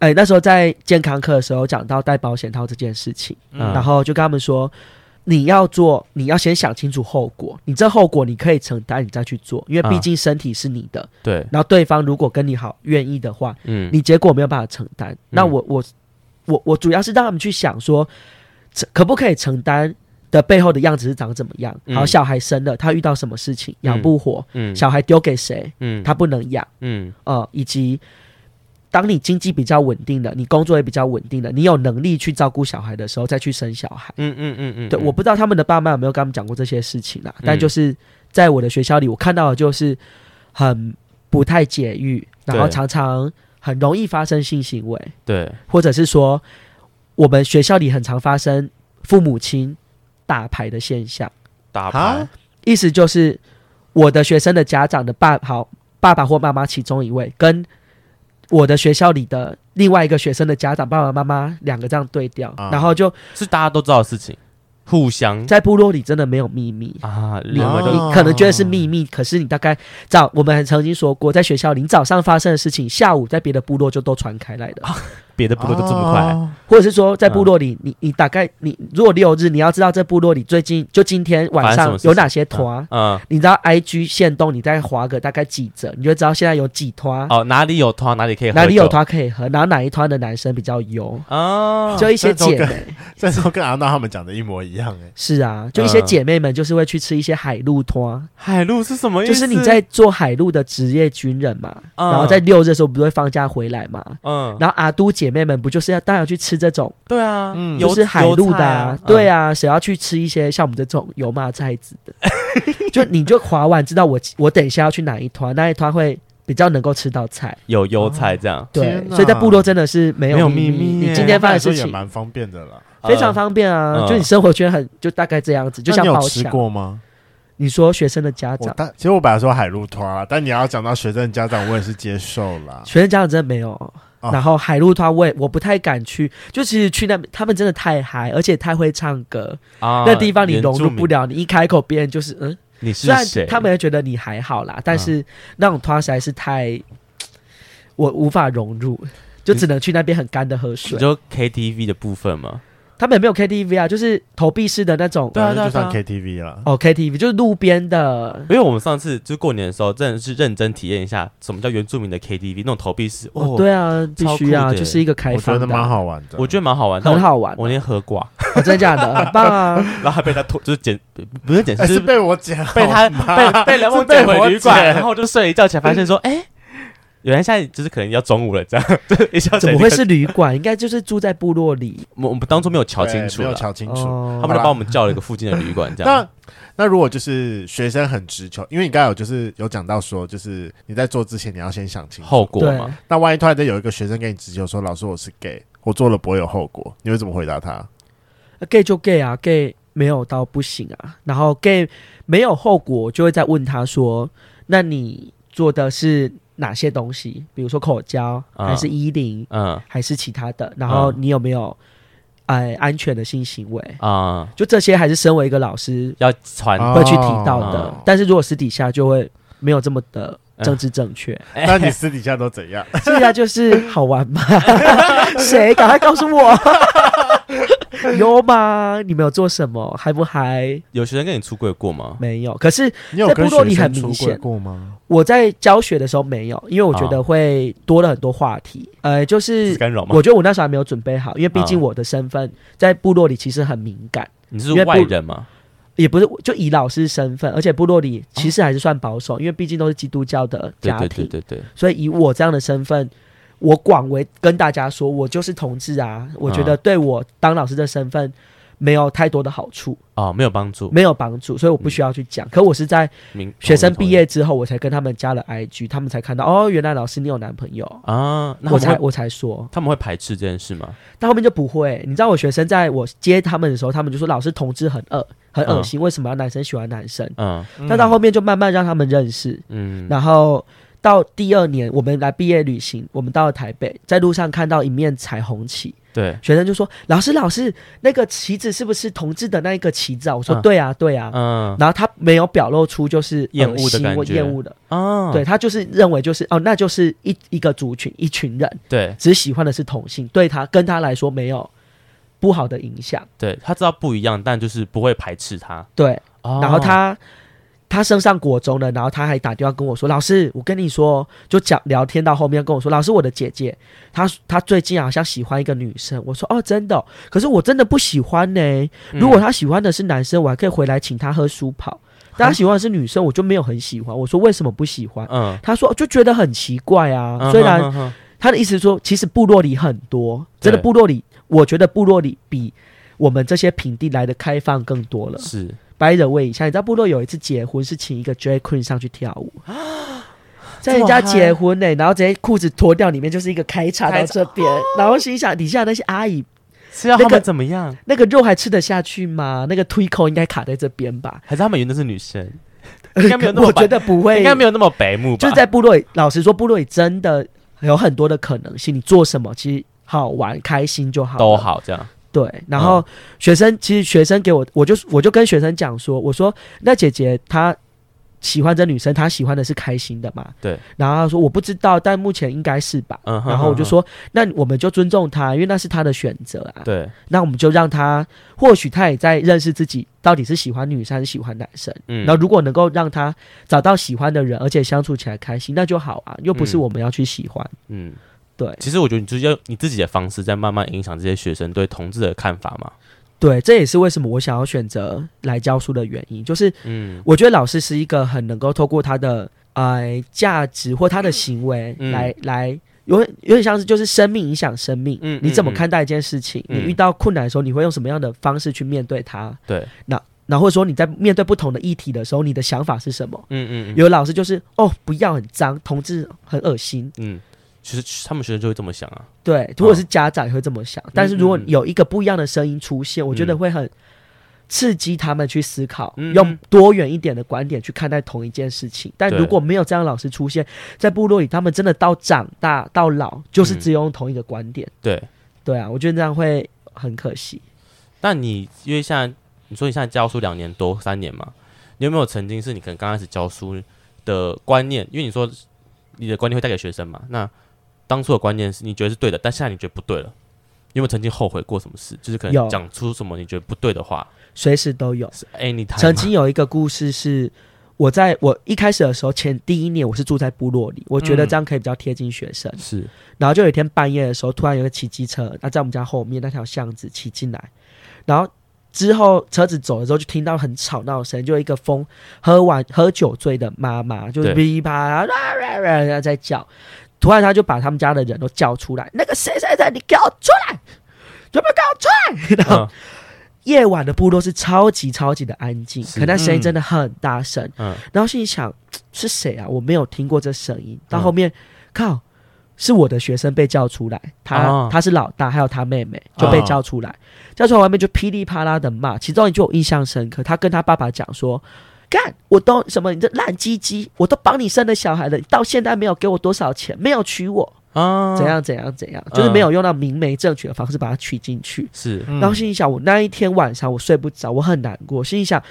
哎、那时候在健康课的时候讲到戴保险套这件事情，嗯然后就跟他们说，你要做，你要先想清楚后果，你这后果你可以承担，你再去做，因为毕嗯竟身体是你的，对，然后对方如果跟你好愿意的话，嗯，你结果没有办法承担。那我我我我主要是让他们去想说，承可不可以承担的背后的样子是长怎么样？嗯好，小孩生了，他遇到什么事情，养不活，嗯小孩丢给谁，嗯他不能养。嗯呃，以及当你经济比较稳定了，你工作也比较稳定了，你有能力去照顾小孩的时候，再去生小孩。嗯嗯嗯嗯，对，我不知道他们的爸妈有没有跟他们讲过这些事情啦，但嗯就是在我的学校里，我看到的就是很不太节育，然后对常常很容易发生性行为，对或者是说我们学校里很常发生父母亲打牌的现象。打牌啊，意思就是我的学生的家长的爸好爸爸或妈妈其中一位，跟我的学校里的另外一个学生的家长爸爸妈妈两个这样对调，啊然后就是大家都知道的事情，互相在部落里真的没有秘密。啊，你认为都啊你可能觉得是秘密，可是你大概早我们还曾经说过，在学校里你早上发生的事情，下午在别的部落就都传开来了，别的部落都这么快，啊或者是说在部落啊里，你你大概你如果六日，你要知道在部落里最近就今天晚发生什么上事情有哪些团，嗯，你知道 I G 限动，你再划个大概几折，你就知道现在有几团，哦，哪里有团哪里可以喝酒，哪里有团可以喝，然后哪一团的男生比较油，啊，就一些姐这妹。这时候跟阿娜他们讲的一模一样哎、是啊，就一些嗯姐妹们就是会去吃一些海陆团，海陆是什么意思？就是你在做海陆的职业军人嘛，嗯然后在六日的时候不是会放假回来嘛，嗯，然后阿都姐妹们不就是要当然去吃这种对啊，嗯油就是海陆的、啊，对啊，谁要去吃一些像我们这种油麻菜籽的？ (laughs) 就你就划完知道我我等一下要去哪一团，那一团会比较能够吃到菜。嗯，有油菜这样，对天，哪所以在部落真的是没没有有秘秘密耶你今天发来的说事也情，蛮方便的了。非常方便啊，嗯就你生活圈很就大概这样子，就那像你有包吃厢。过吗？你说学生的家我长，但其实我本来说海陆拖啦，但你要讲到学生家长，我也是接受啦。学生家长真的没有。啊哦然后海陆团我也我不太敢去，就其实去那边他们真的太嗨，而且太会唱歌，啊那地方你融入原住不民了，你一开口别人就是嗯，你虽是然谁？啊他们也觉得你还好啦，但是那种团实在是太，我无法融入，就只能去那边很干的喝你水。就 KTV 的部分吗？他们也没有 KTV 啊，就是投币式的那种，对啊反正就算对 KTV 了。哦 KTV 就是路边的， (laughs) 因为我们上次就过年的时候，真的是认真体验一下什么叫原住民的 KTV 那种投币式，哦哦，对啊，必须超啊，酷的就是一个开我放觉的，得蛮好玩的。我觉得蛮好玩，但很我好玩啊我那 (laughs) 天喝挂，哦真的假的？很棒啊！然后还被他拖，就是捡，不是捡，哎就是是被我讲，哦被他被被梁梦捡回旅馆，然后就睡一觉才发现说，嗯哎，原来现在就是可能要中午了，这样， (laughs) 就是一下子怎么会是旅馆？应该就是住在部落里。我我们当初没有瞧搞清楚没有啦，瞧清楚。哦他们就把我们叫了一个附近的旅馆，这样。那那如果就是学生很直球，因为你刚才有就是有讲到说，就是你在做之前你要先想清楚后果对嘛，那万一突然间有一个学生跟你直球说：“老师，我是 gay，我做了不会有后果。”你会怎么回答他？ gay 就 gay 啊，gay 没有到不行啊。然后 gay 没有后果，我就会再问他说：“那你做的是哪些东西？比如说口交，啊还是衣领，嗯还是其他的？然后你有没有哎、安全的性行为？啊，就这些，还是身为一个老师要传啊会去提到的。哦哎但是如果私底下就会没有这么的政治正确。那你私底下都怎样？私底下就是好玩 (laughs) 吗？谁？赶快告诉我。 (laughs) 有吗？你们有做什么？嗨不嗨？有学生跟你出柜过吗？没有。可是你有在跟部落学里很生明出轨显过吗？我在教学的时候没有，因为我觉得啊会多了很多话题。呃，就性是干扰吗我？觉得我那时候还没有准备好，因为毕竟啊我的身份在部落里其实很敏感，你是因为不外人吗？也不是就以老师身份，而且部落里其实还是算保守，因为毕竟都是基督教的对家庭。对对对对，所以以我这样的身份，我广为跟大家说，我就是同志啊。我觉得对我当老师的身份没有太多的好处，哦，没有帮助。没有帮助，所以我不需要去讲。可我是在明哦学生毕业之后，嗯哦我才跟他们加了 IG，他们才看到哦，原来老师你有男朋友。啊，那他们我才会我才说，他们会排斥这件事吗？但后面就不会。你知道我学生在我接他们的时候，他们就说老师同志很恶，很恶心，为什么要男生喜欢男生？嗯但到后面就慢慢让他们认识，嗯，然后到第二年，我们来毕业旅行，我们到了台北，在路上看到一面彩虹旗，对，学生就说：“老师，老师，那个旗子是不是同志的那一个旗子啊？”我说：“嗯对啊，对啊。嗯然后他没有表露出就是恶厌恶的心感或觉厌恶的，啊，对他就是认为就是哦，那就是一一个族群一群人，对只喜欢的是同性，对他跟他来说没有不好的影响。对，他知道不一样，但就是不会排斥他。对，哦然后他他升上国中了，然后他还打电话跟我说：“老师，我跟你说，就讲聊天到后面跟我说，老师，我的姐姐她她最近好像喜欢一个女生。”我说：“哦，真的哦、可是我真的不喜欢呢、嗯如果她喜欢的是男生，我还可以回来请她喝书跑；但她喜欢的是女生，我就没有很喜欢。”我说：“为什么不喜欢？”嗯，她说：“就觉得很奇怪啊。嗯虽然哼哼哼她的意思是说，其实部落里很多，真的对部落里，我觉得部落里比我们这些平地来的开放更多了。是白人位以下，你知道部落有一次结婚是请一个 drag queen 上去跳舞，啊在人家结婚呢、然后直接裤子脱掉，里面就是一个开叉到这边，然后心想底下那些阿姨是要那他个们怎么样？那个肉还吃得下去吗？那个推口应该卡在这边吧？还是他们原来是女生？ (laughs) 应该没有那么 (laughs) 我白觉得不会，应该没有那么白目吧？就是在部落里，老实说，部落里真的有很多的可能性，你做什么其实好玩开心就好，都。好这样。对，然哦后学生、其实学生给我，我就我就跟学生讲说，我说那姐姐她喜欢这女生，她喜欢的是开心的嘛？对。然后她说我不知道，但目前应该是吧。嗯，哼然后我就，哼说，那我们就尊重她，因为那是她的选择哼。啊对，那我们就让她，或许她也在认识自己到底是喜欢女生还是喜欢男生。嗯，然后如果能够让她找到喜欢的人，而且相处起来开心，那就好啊，又不是嗯我们要去喜欢。嗯，对其实我觉得你就是要你自己的方式在慢慢影响这些学生对同志的看法嘛。对，这也是为什么我想要选择来教书的原因，就是嗯，我觉得老师是一个很能够透过他的呃价值或他的行为嗯来、来，有有点像是就是生命影响生命。嗯你怎么嗯嗯看待一件事情？嗯你遇到困难的时候，你会用什么样的方式去面对它？对，然后或者说你在面对不同的议题的时候，你的想法是什么？嗯嗯嗯有的老师就是哦，不要很脏，同志很恶心，嗯，其实他们学生就会这么想啊。对，如果是家长也会这么想，但是如果有一个不一样的声音出现，我觉得会很刺激他们去思考，嗯用多元一点的观点去看待同一件事情。但对如果没有这样的老师出现在部落里，他们真的到长大到老就是只用同一个观点。对，对啊，我觉得这样会很可惜。那你因为现在你说你现在教书两年多三年嘛，你有没有曾经是你可能刚开始教书的观念？因为你说你的观念会带给学生嘛，那当初的观念是你觉得是对的，但现在你觉得不对了。你有没有曾经后悔过什么事？就是可能有讲出什么你觉得不对的话，哎随时都有。是 anytime 曾吗经有一个故事是，我在我一开始的时候，前第一年我是住在部落里，我觉得嗯这样可以比较贴近学生。是然后就有一天半夜的时候，突然有个骑机车，那在我们家后面那条巷子骑进来，然后之后车子走了之后，就听到很吵闹的声音，就有一个疯喝完喝酒醉的妈妈，就是对噼啪啦啦啦啦啦在叫，突然他就把他们家的人都叫出来，那个谁谁谁，你给我出来，准备给我出来，然后嗯夜晚的部落是超级超级的安静，是可那声音真的很大声。嗯然后心里想，嘖是谁啊？我没有听过这声音。到嗯后面，靠，是我的学生被叫出来，他、啊他是老大，还有他妹妹就被叫出来，叫出来外面就噼里啪啦的骂。其中一句我印象深刻，他跟他爸爸讲说。干，我都什么？你这烂鸡鸡，我都帮你生了小孩了，你到现在没有给我多少钱，没有娶我，啊，怎样怎样怎样，就是嗯没有用到明媒正娶的方式把他娶进去。是嗯然后心里想，我那一天晚上我睡不着，我很难过，心里想。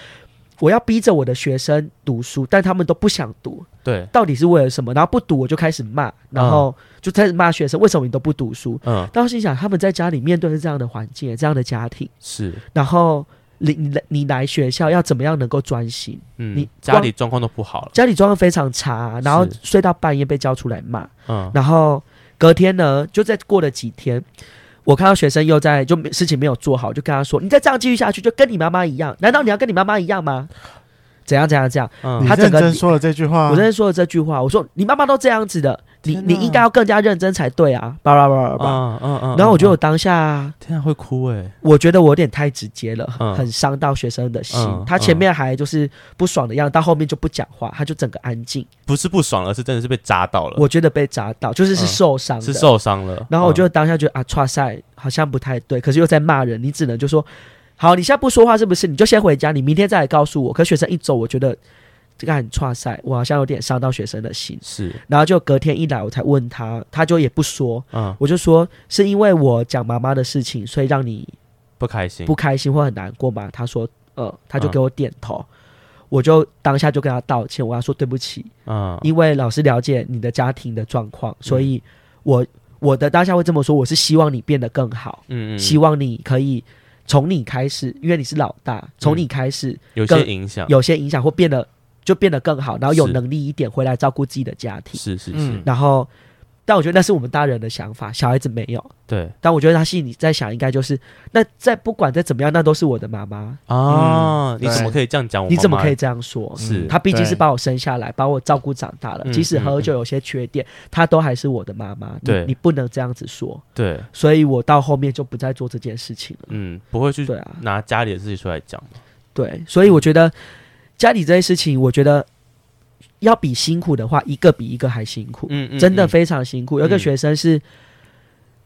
我要逼着我的学生读书，但他们都不想读，对，到底是为了什么？然后不读我就开始骂，然后就开始骂学生，为什么你都不读书？嗯然后心里想，他们在家里面对是这样的环境，这样的家庭，是然后你你来你来学校要怎么样能够专心？嗯，你家里状况都不好了，家里状况非常差，然后是睡到半夜被叫出来骂，嗯然后隔天呢，就在过了几天，我看到学生又在就没事情没有做好，就跟他说：“你再这样继续下去，就跟你妈妈一样。难道你要跟你妈妈一样吗？怎样怎样怎样嗯你他整认个真说了这句话，我真的说了这句话，我说：“你妈妈都这样子的，你天哪你应该要更加认真才对啊！”巴拉巴拉巴拉。嗯嗯嗯，然后我觉得就我当下，天啊会哭哎，我觉得我有点太直接了，嗯很很伤到学生的心嗯。他前面还就是不爽的样，到后面就不讲话，他就整个安静。不是不爽，而是真的是被扎到了，我觉得被砸到，就是是嗯受伤的，是受伤了，然后我嗯就当下觉得、啊，哇塞，好像不太对，可是又在骂人，你只能就说，好，你现在不说话是不是？你就先回家，你明天再来告诉我。可学生一走，我觉得这个很哇塞，我好像有点伤到学生的心。是然后就隔天一来，我才问他，他就也不说，嗯我就说是因为我讲妈妈的事情，所以让你不开心，不开心或很难过吗？他说，呃，他就嗯给我点头。我就当下就跟他道歉，我跟他说对不起，嗯因为老师了解你的家庭的状况，所以我我的当下会这么说，我是希望你变得更好，嗯嗯，希望你可以从你开始，因为你是老嗯大，从你开始有些更影响，有些影响或变得就变得更好，然后有啊是能力一点回来照顾自己的家庭，是是是嗯，然后。但我觉得那是我们大人的想法，小孩子没有。对但我觉得他心里在想，应该就是那再不管再怎么样，那都是我的妈妈，啊，嗯你怎么对可以这样讲我妈妈？你怎么可以这样说？嗯是她毕竟是对把我生下来，把我照顾长大了嗯，即使嗯喝嗯酒有些缺点，她都还是我的妈妈。你对你不能这样子说，对？所以我到后面就不再做这件事情了。嗯，不会去对啊，拿家里的事情出来讲嘛，对，所以我觉得家里这些事情，我觉得要比辛苦的话，一个比一个还辛苦，嗯嗯，真的嗯非常辛苦。有一嗯个学生是。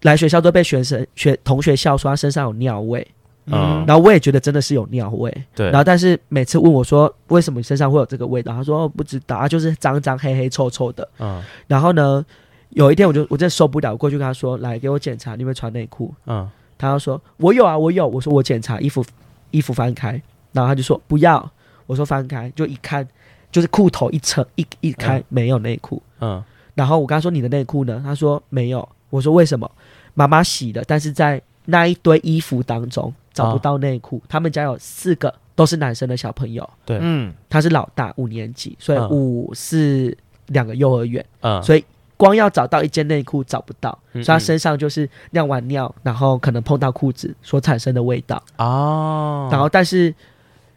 来学校都被学生学同学笑说他身上有尿味，嗯然后我也觉得真的是有尿味，对，然后但是每次问我说为什么你身上会有这个味道，他说、哦、不知道，啊，就是脏脏黑黑臭臭的。嗯然后呢，有一天我就我真的受不了，我过去跟他说来给我检查，你有没有穿内裤？嗯他就说我有啊，我有。我说我检查衣服衣服翻开，然后他就说不要。我说翻开，就一看就是裤头一扯一一开、嗯没有内裤。嗯然后我跟他说你的内裤呢？他说没有。我说为什么？妈妈洗的，但是在那一堆衣服当中啊找不到内裤。他们家有四个都是男生的小朋友，嗯，他是老大，五年级，所以嗯五四两个幼儿园，嗯，所以光要找到一件内裤找不到，嗯所以他嗯身上就是尿完尿，然后可能碰到裤子所产生的味道。啊，然后，但是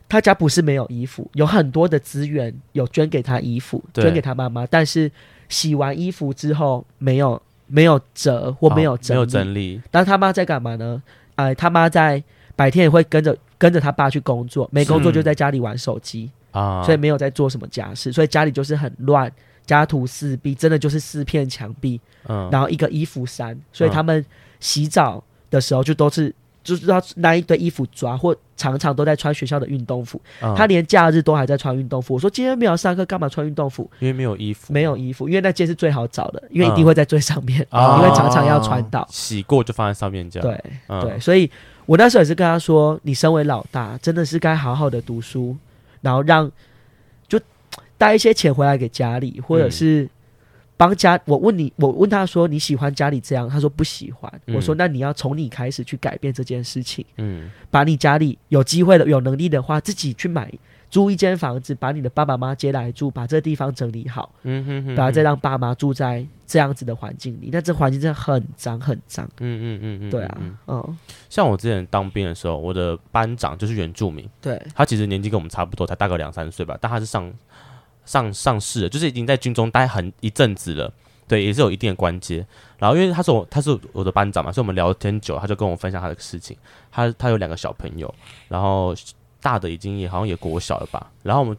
他家不是没有衣服，有很多的资源有捐给他衣服，对捐给他妈妈，但是洗完衣服之后没有没有折或没有好整没有理整理，但他妈在干嘛呢？哎，他妈在白天也会跟着跟着他爸去工作，没工作嗯就在家里玩手机，啊，所以没有在做什么家事，所以家里就是很乱，家徒四壁，真的就是四片墙壁，嗯，然后一个衣服山，所以嗯他们洗澡的时候就都是就是要拿一堆衣服抓，或常常都在穿学校的运动服。嗯他连假日都还在穿运动服。我说今天没有上课，干嘛穿运动服？因为没有衣服，没有衣服，因为那件是最好找的，因为一定嗯会在最上啊面，哦因为常常要穿到。洗过就放在上面这样。对嗯对，所以我那时候也是跟他说，你身为老大，真的是该好好的读书，然后让就带一些钱回来给家里，或者嗯是帮家。我问你，我问他说你喜欢家里这样，他说不喜欢。我说嗯那你要从你开始去改变这件事情，嗯把你家里有机会的、有能力的话，自己去买租一间房子，把你的爸爸妈妈接来住，把这地方整理好。嗯哼哼，不要再嗯让爸妈住在这样子的环境里。那这环境真的很脏很脏，嗯嗯嗯，嗯对啊嗯，嗯，像我之前当兵的时候，我的班长就是原住民，对，他其实年纪跟我们差不多，才大个两三岁吧，但他是上上上市了，就是已经在军中待很一阵子了，对，也是有一定的关节。然后因为他是我他是我的班长嘛，所以我们聊天久，他就跟我分享他的事情。他他有两个小朋友，然后大的已经也好像也国小了吧。然后我们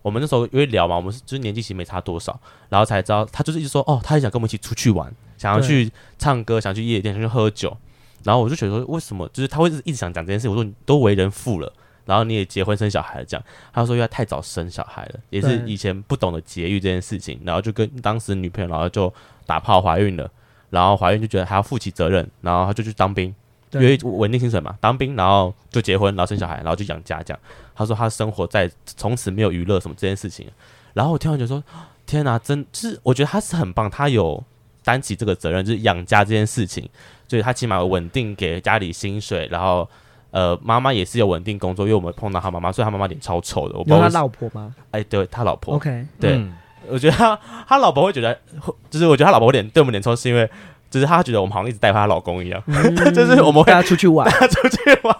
我们那时候因为聊嘛，我们是就是年纪其实没差多少，然后才知道他就是一直说哦，他很想跟我们一起出去玩，想要对去唱歌，想去夜店，想去喝酒。然后我就觉得说，为什么就是他会一直想讲这件事？我说你都为人父了，然后你也结婚生小孩了，这样。他说因为他太早生小孩了，也是对以前不懂得节育这件事情，然后就跟当时女朋友，然后就打炮怀孕了，然后怀孕就觉得他要负起责任，然后他就去当兵，因对为稳定薪水嘛，当兵然后就结婚，然后生小孩，然后就养家这样。他说他生活在从此没有娱乐什么这件事情，然后我听完就说天哪、真是我觉得他是很棒，他有担起这个责任，就是养家这件事情，所以他起码有稳定给家里薪水，然后。呃，妈妈也是有稳定工作，因为我们碰到他妈妈，所以他妈妈脸超丑的，我不知有道他为什么。老婆吗哎，对他老婆？OK，对，嗯我觉得他他老婆会觉得，会就是我觉得他老婆脸对我们脸臭，是因为就是他觉得我们好像一直带坏他老公一样， (laughs) 就是我们会带他出 (laughs) 去玩，他出去玩，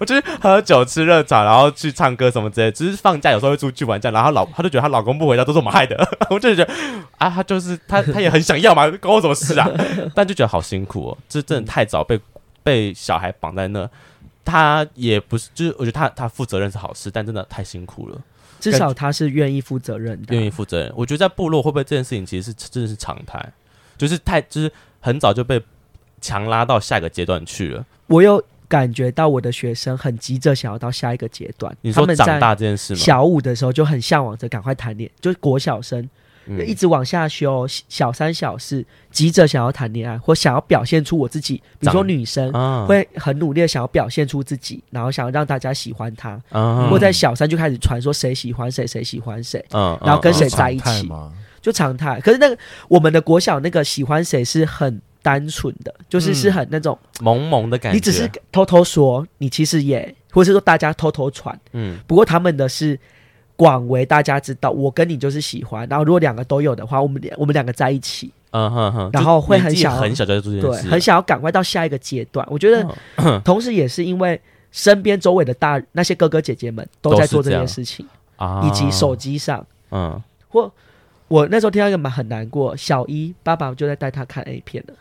我就是喝酒吃热炒，然后去唱歌什么之类的，只是放假有时候会出去玩这样，然后她老 (laughs) 他就觉得她老公不回家都是我们害的， (laughs) 我就觉得啊，他就是他他也很想要嘛，关我什么事啊？ (laughs) 但就觉得好辛苦哦，这真的太早被被小孩绑在那。他也不是，就是我觉得他他负责任是好事，但真的太辛苦了。至少他是愿意负责任的。愿意负责任。我觉得在部落会不会这件事情其实是真的是常态，就是太就是很早就被强拉到下一个阶段去了。我有感觉到我的学生很急着想要到下一个阶段，你他说们长在大这件事吗？小五的时候就很向往着赶快谈恋，就是国小生嗯一直往下修，小三小四急着想要谈恋爱，或想要表现出我自己，比如说长女生。啊会很努力的想要表现出自己，然后想要让大家喜欢她，啊或在小三就开始传说谁喜欢谁，谁喜欢谁，嗯，嗯然后跟嗯谁是在一常态起吗？就常态。可是那个我们的国小那个喜欢谁是很单纯的，就是是很那种，萌萌的嗯感觉，你只是偷偷说，你其实也，或是说大家偷偷传。嗯不过他们的是广为大家知道，我跟你就是喜欢。然后如果两个都有的话，我们我们两个在一起，嗯哼哼，就然后会年很纪想要很小就在做这对件事，，很想要赶快到下一个阶段。我觉得嗯同时也是因为。身边周围的大那些哥哥姐姐们都在做这件事情，啊以及手机上，嗯或我那时候听到一个蛮很难过，小一爸爸就在带他看 A 片了，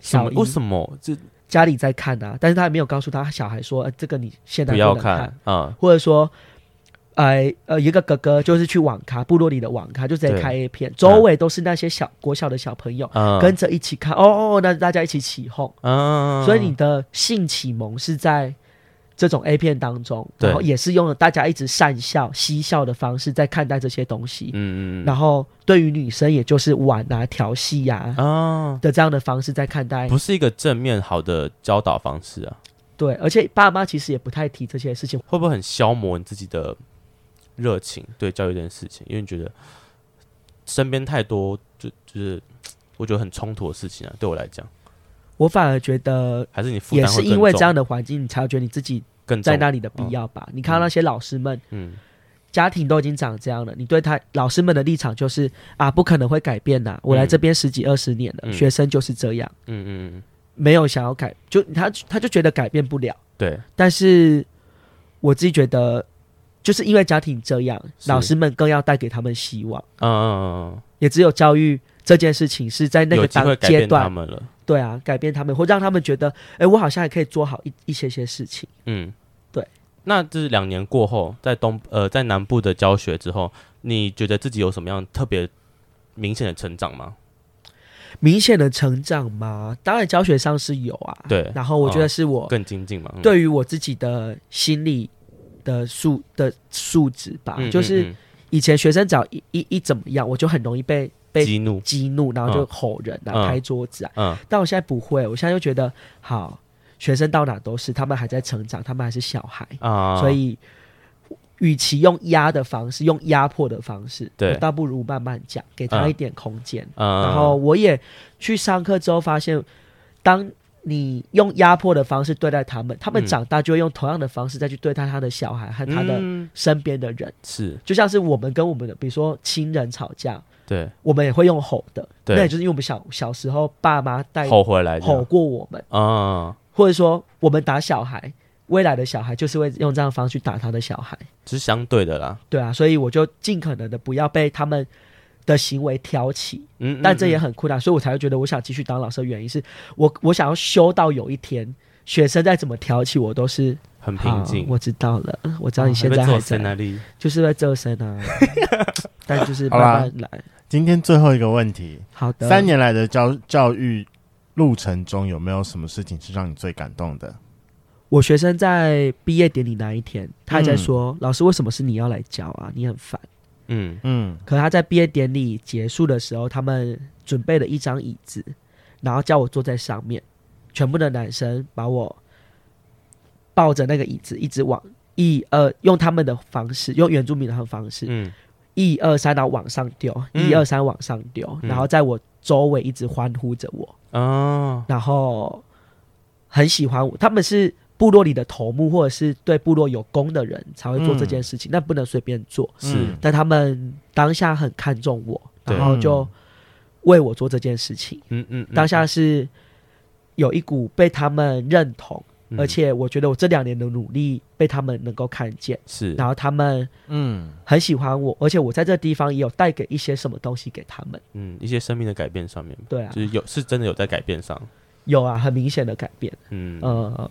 什么小一为什么这家里在看啊，但是他也没有告诉他小孩说、呃这个你现在不能要看，嗯看啊？或者说。呃呃，一个哥哥就是去网咖，部落里的网咖就直接对开 A 片，周围都是那些小国小的小朋友、嗯，跟着一起看，哦哦，哦那大家一起起哄，嗯，所以你的性启蒙是在这种 A 片当中，对然后也是用了大家一直讪笑、嬉笑的方式在看待这些东西，嗯嗯然后对于女生也就是玩啊、调戏呀、嗯啊，的这样的方式在看待。不是一个正面好的教导方式啊，对，而且爸妈其实也不太提这些事情。会不会很消磨你自己的热情对教育这件事情？因为你觉得身边太多，就就是我觉得很冲突的事情啊，对我来讲，我反而觉得还是你负也担是会因为更嗯这样的环境，你才会觉得你自己重更在重那里的必要吧。你看到那些老师们，嗯家庭都已经长这样了，你对他老师们的立场就是啊，不可能会改变呐、我来这边十几二十年了，嗯学生就是这样，嗯嗯嗯，没有想要改，就他他就觉得改变不了。对，但是我自己觉得，就是因为家庭这样，是老师们更要带给他们希望。嗯嗯嗯也只有教育这件事情是在嗯，那有个机会当改阶变他段，们了，对啊，改变他们，或让他们觉得，哎，我好像也可以做好一一些些事情。嗯，对。那这两年过后，在东呃在南部的教学之后，你觉得自己有什么样特别明显的成长吗？明显的成长吗？当然，教学上是有啊。对然后我觉得是我更精进吗？嗯，哦对于我自己的心理的素的素质吧，嗯啊就是嗯以前学生只要一一一怎么样，我就很容易被嗯被激怒，激怒，然后就吼人啊、嗯拍桌子啊。嗯但我现在不会，我现在就觉得好，学生到哪都是，他们还在成长，他们还是小孩，啊，所以。与其用压的方式，用压迫的方式，对我倒不如慢慢讲，给他嗯一点空间。嗯，然后我也去上课之后发现，当你用压迫的方式对待他们，他们嗯长大就会用同样的方式再去对待他的小孩和他的嗯身边的人，是就像是我们跟我们的，比如说亲人吵架，对我们也会用吼的，对那也就是因为我们小小时候爸妈带吼回来这样吼过我们，啊，或者说我们打小孩，未来的小孩就是会用这样的方式去打他的小孩，是相对的啦。对啊，所以我就尽可能的不要被他们的行为挑起，嗯，但这也嗯很困难，所以我才会觉得我想继续当老师的原因是我我想要修到有一天学生再怎么挑起我都是很平静啊好。我知道了，我知道你现还在被还揍在那在，里，就是在这身 (laughs) 啊，但就是好慢啦慢来。今天最后一个问题，好的，三年来的教教育路程中，有没有什么事情是让你最感动的？我学生在毕业典礼那一天，他还在说：“老师，为什么是你要来教啊？你很烦。嗯，嗯”可他在毕业典礼结束的时候，他们准备了一张椅子，然后叫我坐在上面，全部的男生把我抱着那个椅子，一直往一呃，用他们的方式，用原住民的方式，嗯一二三，然后往上丢，嗯一二三往上丢，嗯然后在我周围一直欢呼着我。哦，然后很喜欢我。他们是部落里的头目，或者是对部落有功的人才会做这件事情，但不能随便做。是但他们当下很看重我，对然后就为我做这件事情。嗯嗯，嗯当下是有一股被他们认同，嗯而且我觉得我这两年的努力被他们能够看见，是然后他们嗯，很喜欢我，而且我在这地方也有带给一些什么东西给他们。嗯一些生命的改变上面，对啊就，是有是真的有在改变上，有啊，很明显的改变。嗯呃，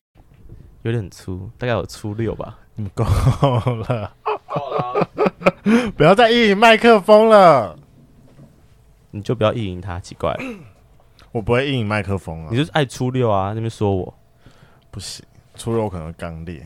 有点粗，大概有粗六吧。你 (laughs) 够了，不要再意淫麦克风了，你就不要意淫他，奇怪，我不会意淫麦克风啊你，就是爱粗六啊，那边说我。不行，出肉可能会刚裂。